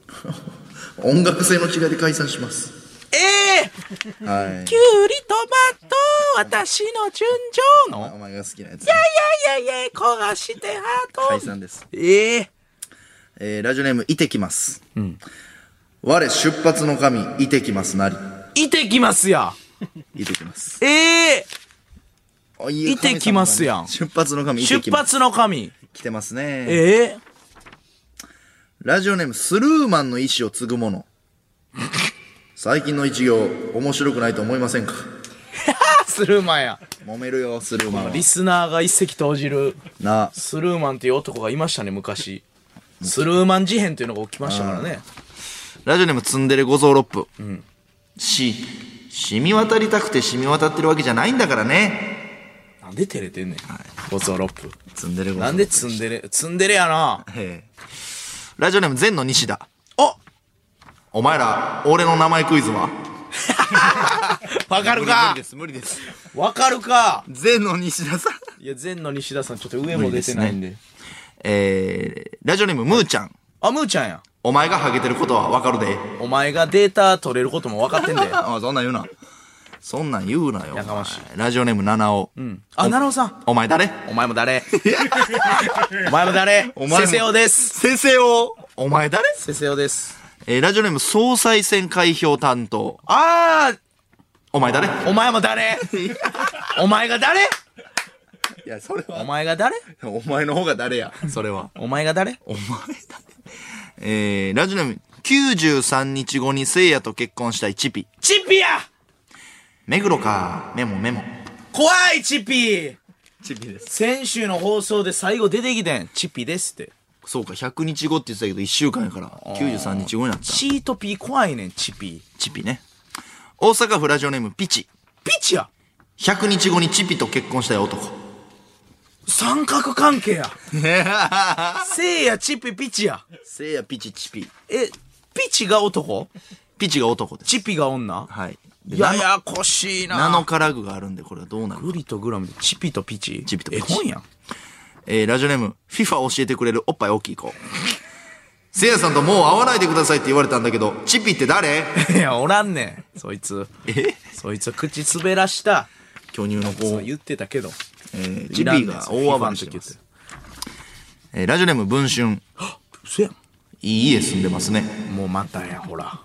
音楽性の違いで解散します。ええはい。キュウリトマト、私の純情の。お前が好きなやつ。いやいやいや、焦がしてハ解ート。散です。えええーラジオネーム、いてきます。我出発の神、いてきますなり。いてきますやいてきます。ええあいえいてきますやん神様出発の神、いて出きます。発の神。来てますね。ええラジオネーム、スルーマンの意志を継ぐもの。最近の一行、面白くないと思いませんかスルーマンや。揉めるよ、スルーマンは。リスナーが一石投じる。な、スルーマンっていう男がいましたね、昔。スルーマン事変というのが起きましたからね。ラジオネームツンデレ五臓六腑。し、染み渡りたくて染み渡ってるわけじゃないんだからね。なんで照れてんねん。ボツワロップ。ツンデレ五臓なんでツンデレ、ツンデレやな。ええラジオネーム善の西田。おお前ら、俺の名前クイズはわかる無か理です、無理です。わかるか善の西田さん。いや、前の西田さん、ちょっと上も出てないんで。えー、ラジオネームむーちゃん。あ、むーちゃんや。お前がハゲてることはわかるで。お前がデータ取れることも分かってんだよ。あ、そん <laughs> なん言うな。そんなん言うなよ。やかましいお前ラジオネーム七尾。あ、なるほどさん。お前誰お前も <laughs> 誰お前も誰お前もせせおです。先生を。お前誰せせおです。えー、ラジオネーム総裁選開票担当。あお前誰ー、お前 <laughs> も誰お前が誰いや、それはお前が誰お前の方が誰や、それは。お前が誰お前だね。えー、ラジオネーム、93日後に聖夜と結婚したいチピ。チッピーや目黒か、メモメモ。怖い、チッピーチピです。先週の放送で最後出てきてん。チッピーですって。そうか、100日後って言ってたけど、1週間やから、93日後になった。チートピー怖いねん、チッピー。チピね。大阪府ラジオネーム、ピチ。ピチや100日後にチピと結婚したい男。三角関係 <laughs> やせいや、チッピー、ピチや聖夜、ピチ、チピ。え、ピチが男ピチが男です。チッピーが女はい。でやナノやこしいな。ナノカラグがあるんで、これはどうなるグリとグラムでチピとピチチピとピチえ、本やん。 <laughs> えー、ラジオネーム、FIFA 教えてくれるおっぱい大きい子。せいやさんともう会わないでくださいって言われたんだけど、チピって誰いや、おらんねん。そいつ。えそいつは口滑らした。巨乳の子そう、言ってたけど。えーいチらんねピんが大暴れしてます。。えーラジオネーム、文春。そやいい家住んでますね。ん。もうまたや、ほら。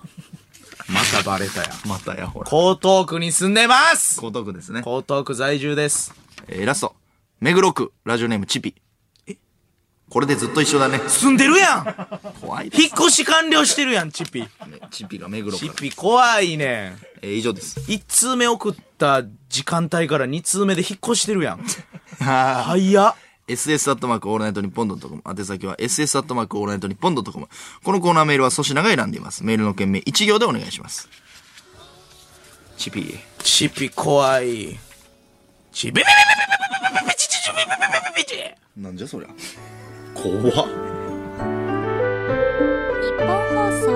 またバレたやん。またやほら。江東区に住んでます江東区ですね。江東区在住です。えーラスト。目黒区、ラジオネーム、チピ。これでずっと一緒だね。住んでるやん怖いです引っ越し完了してるやん、チピ。ね。チピが目黒かチら。ピ怖いねん。えー以上です。一通目送った時間帯から二通目で引っ越してるやん。早っ。 ss アットマークオールナイトニッポンドットコム。宛先は ss アットマークオールナイトニッポンドットコム。このコーナーメールは粗品が選んでいます。メールの件名、一行でお願いします。チピー。チピ怖い。チビビビビビビビビビビチチチビビビビビビチ。なんじゃそりゃ。怖っ。日本放送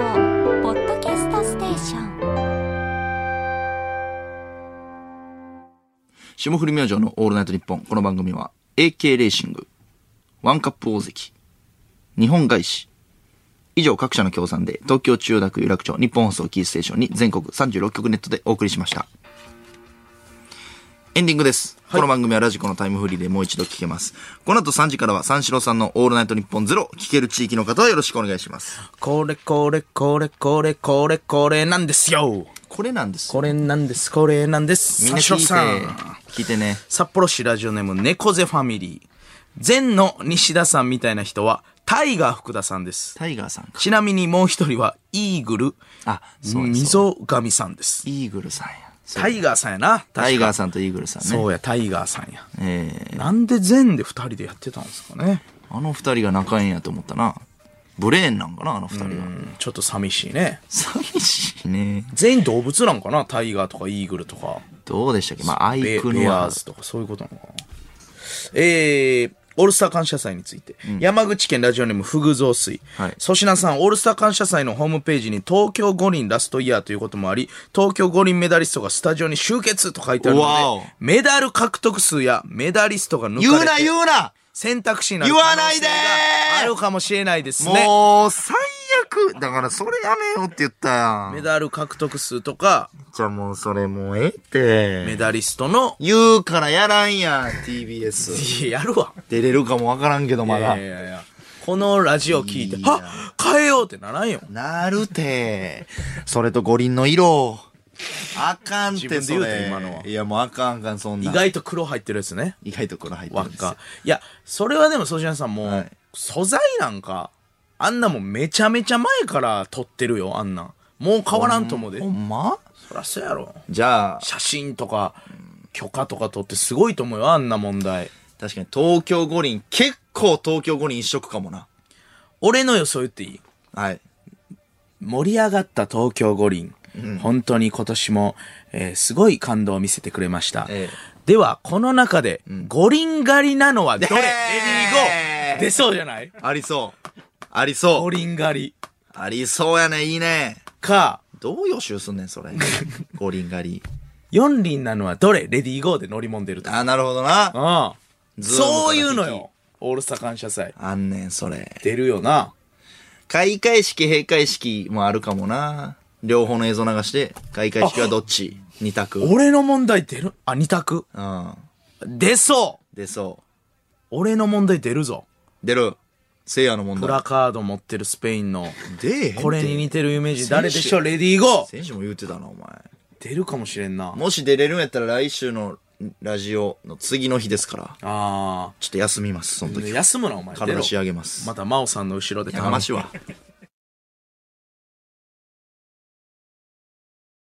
ポッドキャストステーション霜降り明星のオールナイトニッポン。この番組は、AK レーシング、ワンカップ大関、日本外資、以上各社の協賛で、東京中田区有楽町日本放送キーステーションに全国36局ネットでお送りしました。エンディングです。この番組はラジコのタイムフリーでもう一度聞けます。この後3時からは三四郎さんのオールナイトニッポンゼロ、聞ける地域の方はよろしくお願いします。これこれこれこれこれこれなんですよ。これなんです。これなんですこれなんです。みんな聞いて三四郎さん、聞いてね。札幌市ラジオネーム猫背ファミリー。前の西田さんみたいな人はタイガー福田さんです。タイガーさんか。ちなみにもう一人はイーグル、あ、そうやそう溝上さんです。イーグルさんや。タイガーさんやな。タイガーささんとイーグルさんね。そうや、タイガーさんや。えーなんで全で二人でやってたんですかね。あの二人が仲ええんやと思ったな。ブレーンなんかな、あの二人うは。んちょっと寂しいね。寂しいね。全員動物なんかなタイガーとかイーグルとか、どうでしたっけまあ、アイベクベヌアアー。ズとかそういうことなのかなえー、オールスター感謝祭について、山口県ラジオネームフグ増水はい粗品、さんオールスター感謝祭のホームページに東京五輪ラストイヤーということもあり東京五輪メダリストがスタジオに集結と書いてあるわのおでメダル獲得数やメダリストが抜言かうれな、て言うな選択肢になる言わないでー可能性があるかもしれないですねもう、最悪だから、それやめようって言ったやメん。ダル獲得数とかじゃあもう、それもうええメって。ダリストの言うからやらんやん、TBS。いややるわ出れるかもわからんけど、まだいや。いやいやこのラジオ聞いて、いやは変えようってならんよ。なるて。それと五輪の色。あかんって、自分で言うてそれ今のはいや、もうあかんあかん、そん意な。外と黒入ってるやつね。意外とこの入って輪るっんですよか。。いや、それはでも、粗品さんも、はい素材なんか、あんなもんめちゃめちゃ前から撮ってるよ、あんなん。もう変わらんと思うで。ほんまそらそうやろ。じゃあ、写真とか、許可とか撮ってすごいと思うよ、あんな問題。確かに東京五輪、結構東京五輪一色かもな。俺の予想言っていいはい。盛り上がった東京五輪、本当に今年も、えーすごい感動を見せてくれました、ええではこの中で、五輪狩りなのはどれ、ええレディーゴー出そうじゃないありそう。あり五そう。輪狩りありそうやね、いいね。かどう予習すんねん、そ <laughs> れ。五輪狩り。四輪なのはどれレディーゴーで乗りもんでるとあ、なるほどな。ああズームからそういうのよオールスター感謝祭あんねん、それ。出るよな開会式、閉会式もあるかもな。両方の映像流して、開会式はどっち二択。うん。俺の問題出るあ二択出そう出そ俺の問題出るぞう。出る。聖夜の問プラ題。カード持ってるスペインの出えへんてこれに似てるイメージ誰でしょ選う手レディーゴー選手も言うてたな、お前。出るかもしれんな。もし出れるんやったら来週のラジオの次の日ですから。あちょっと休みます、そのあ。時。休むな、お前。体出ろ仕上げますまた、真央さんの後ろでやかましいわ。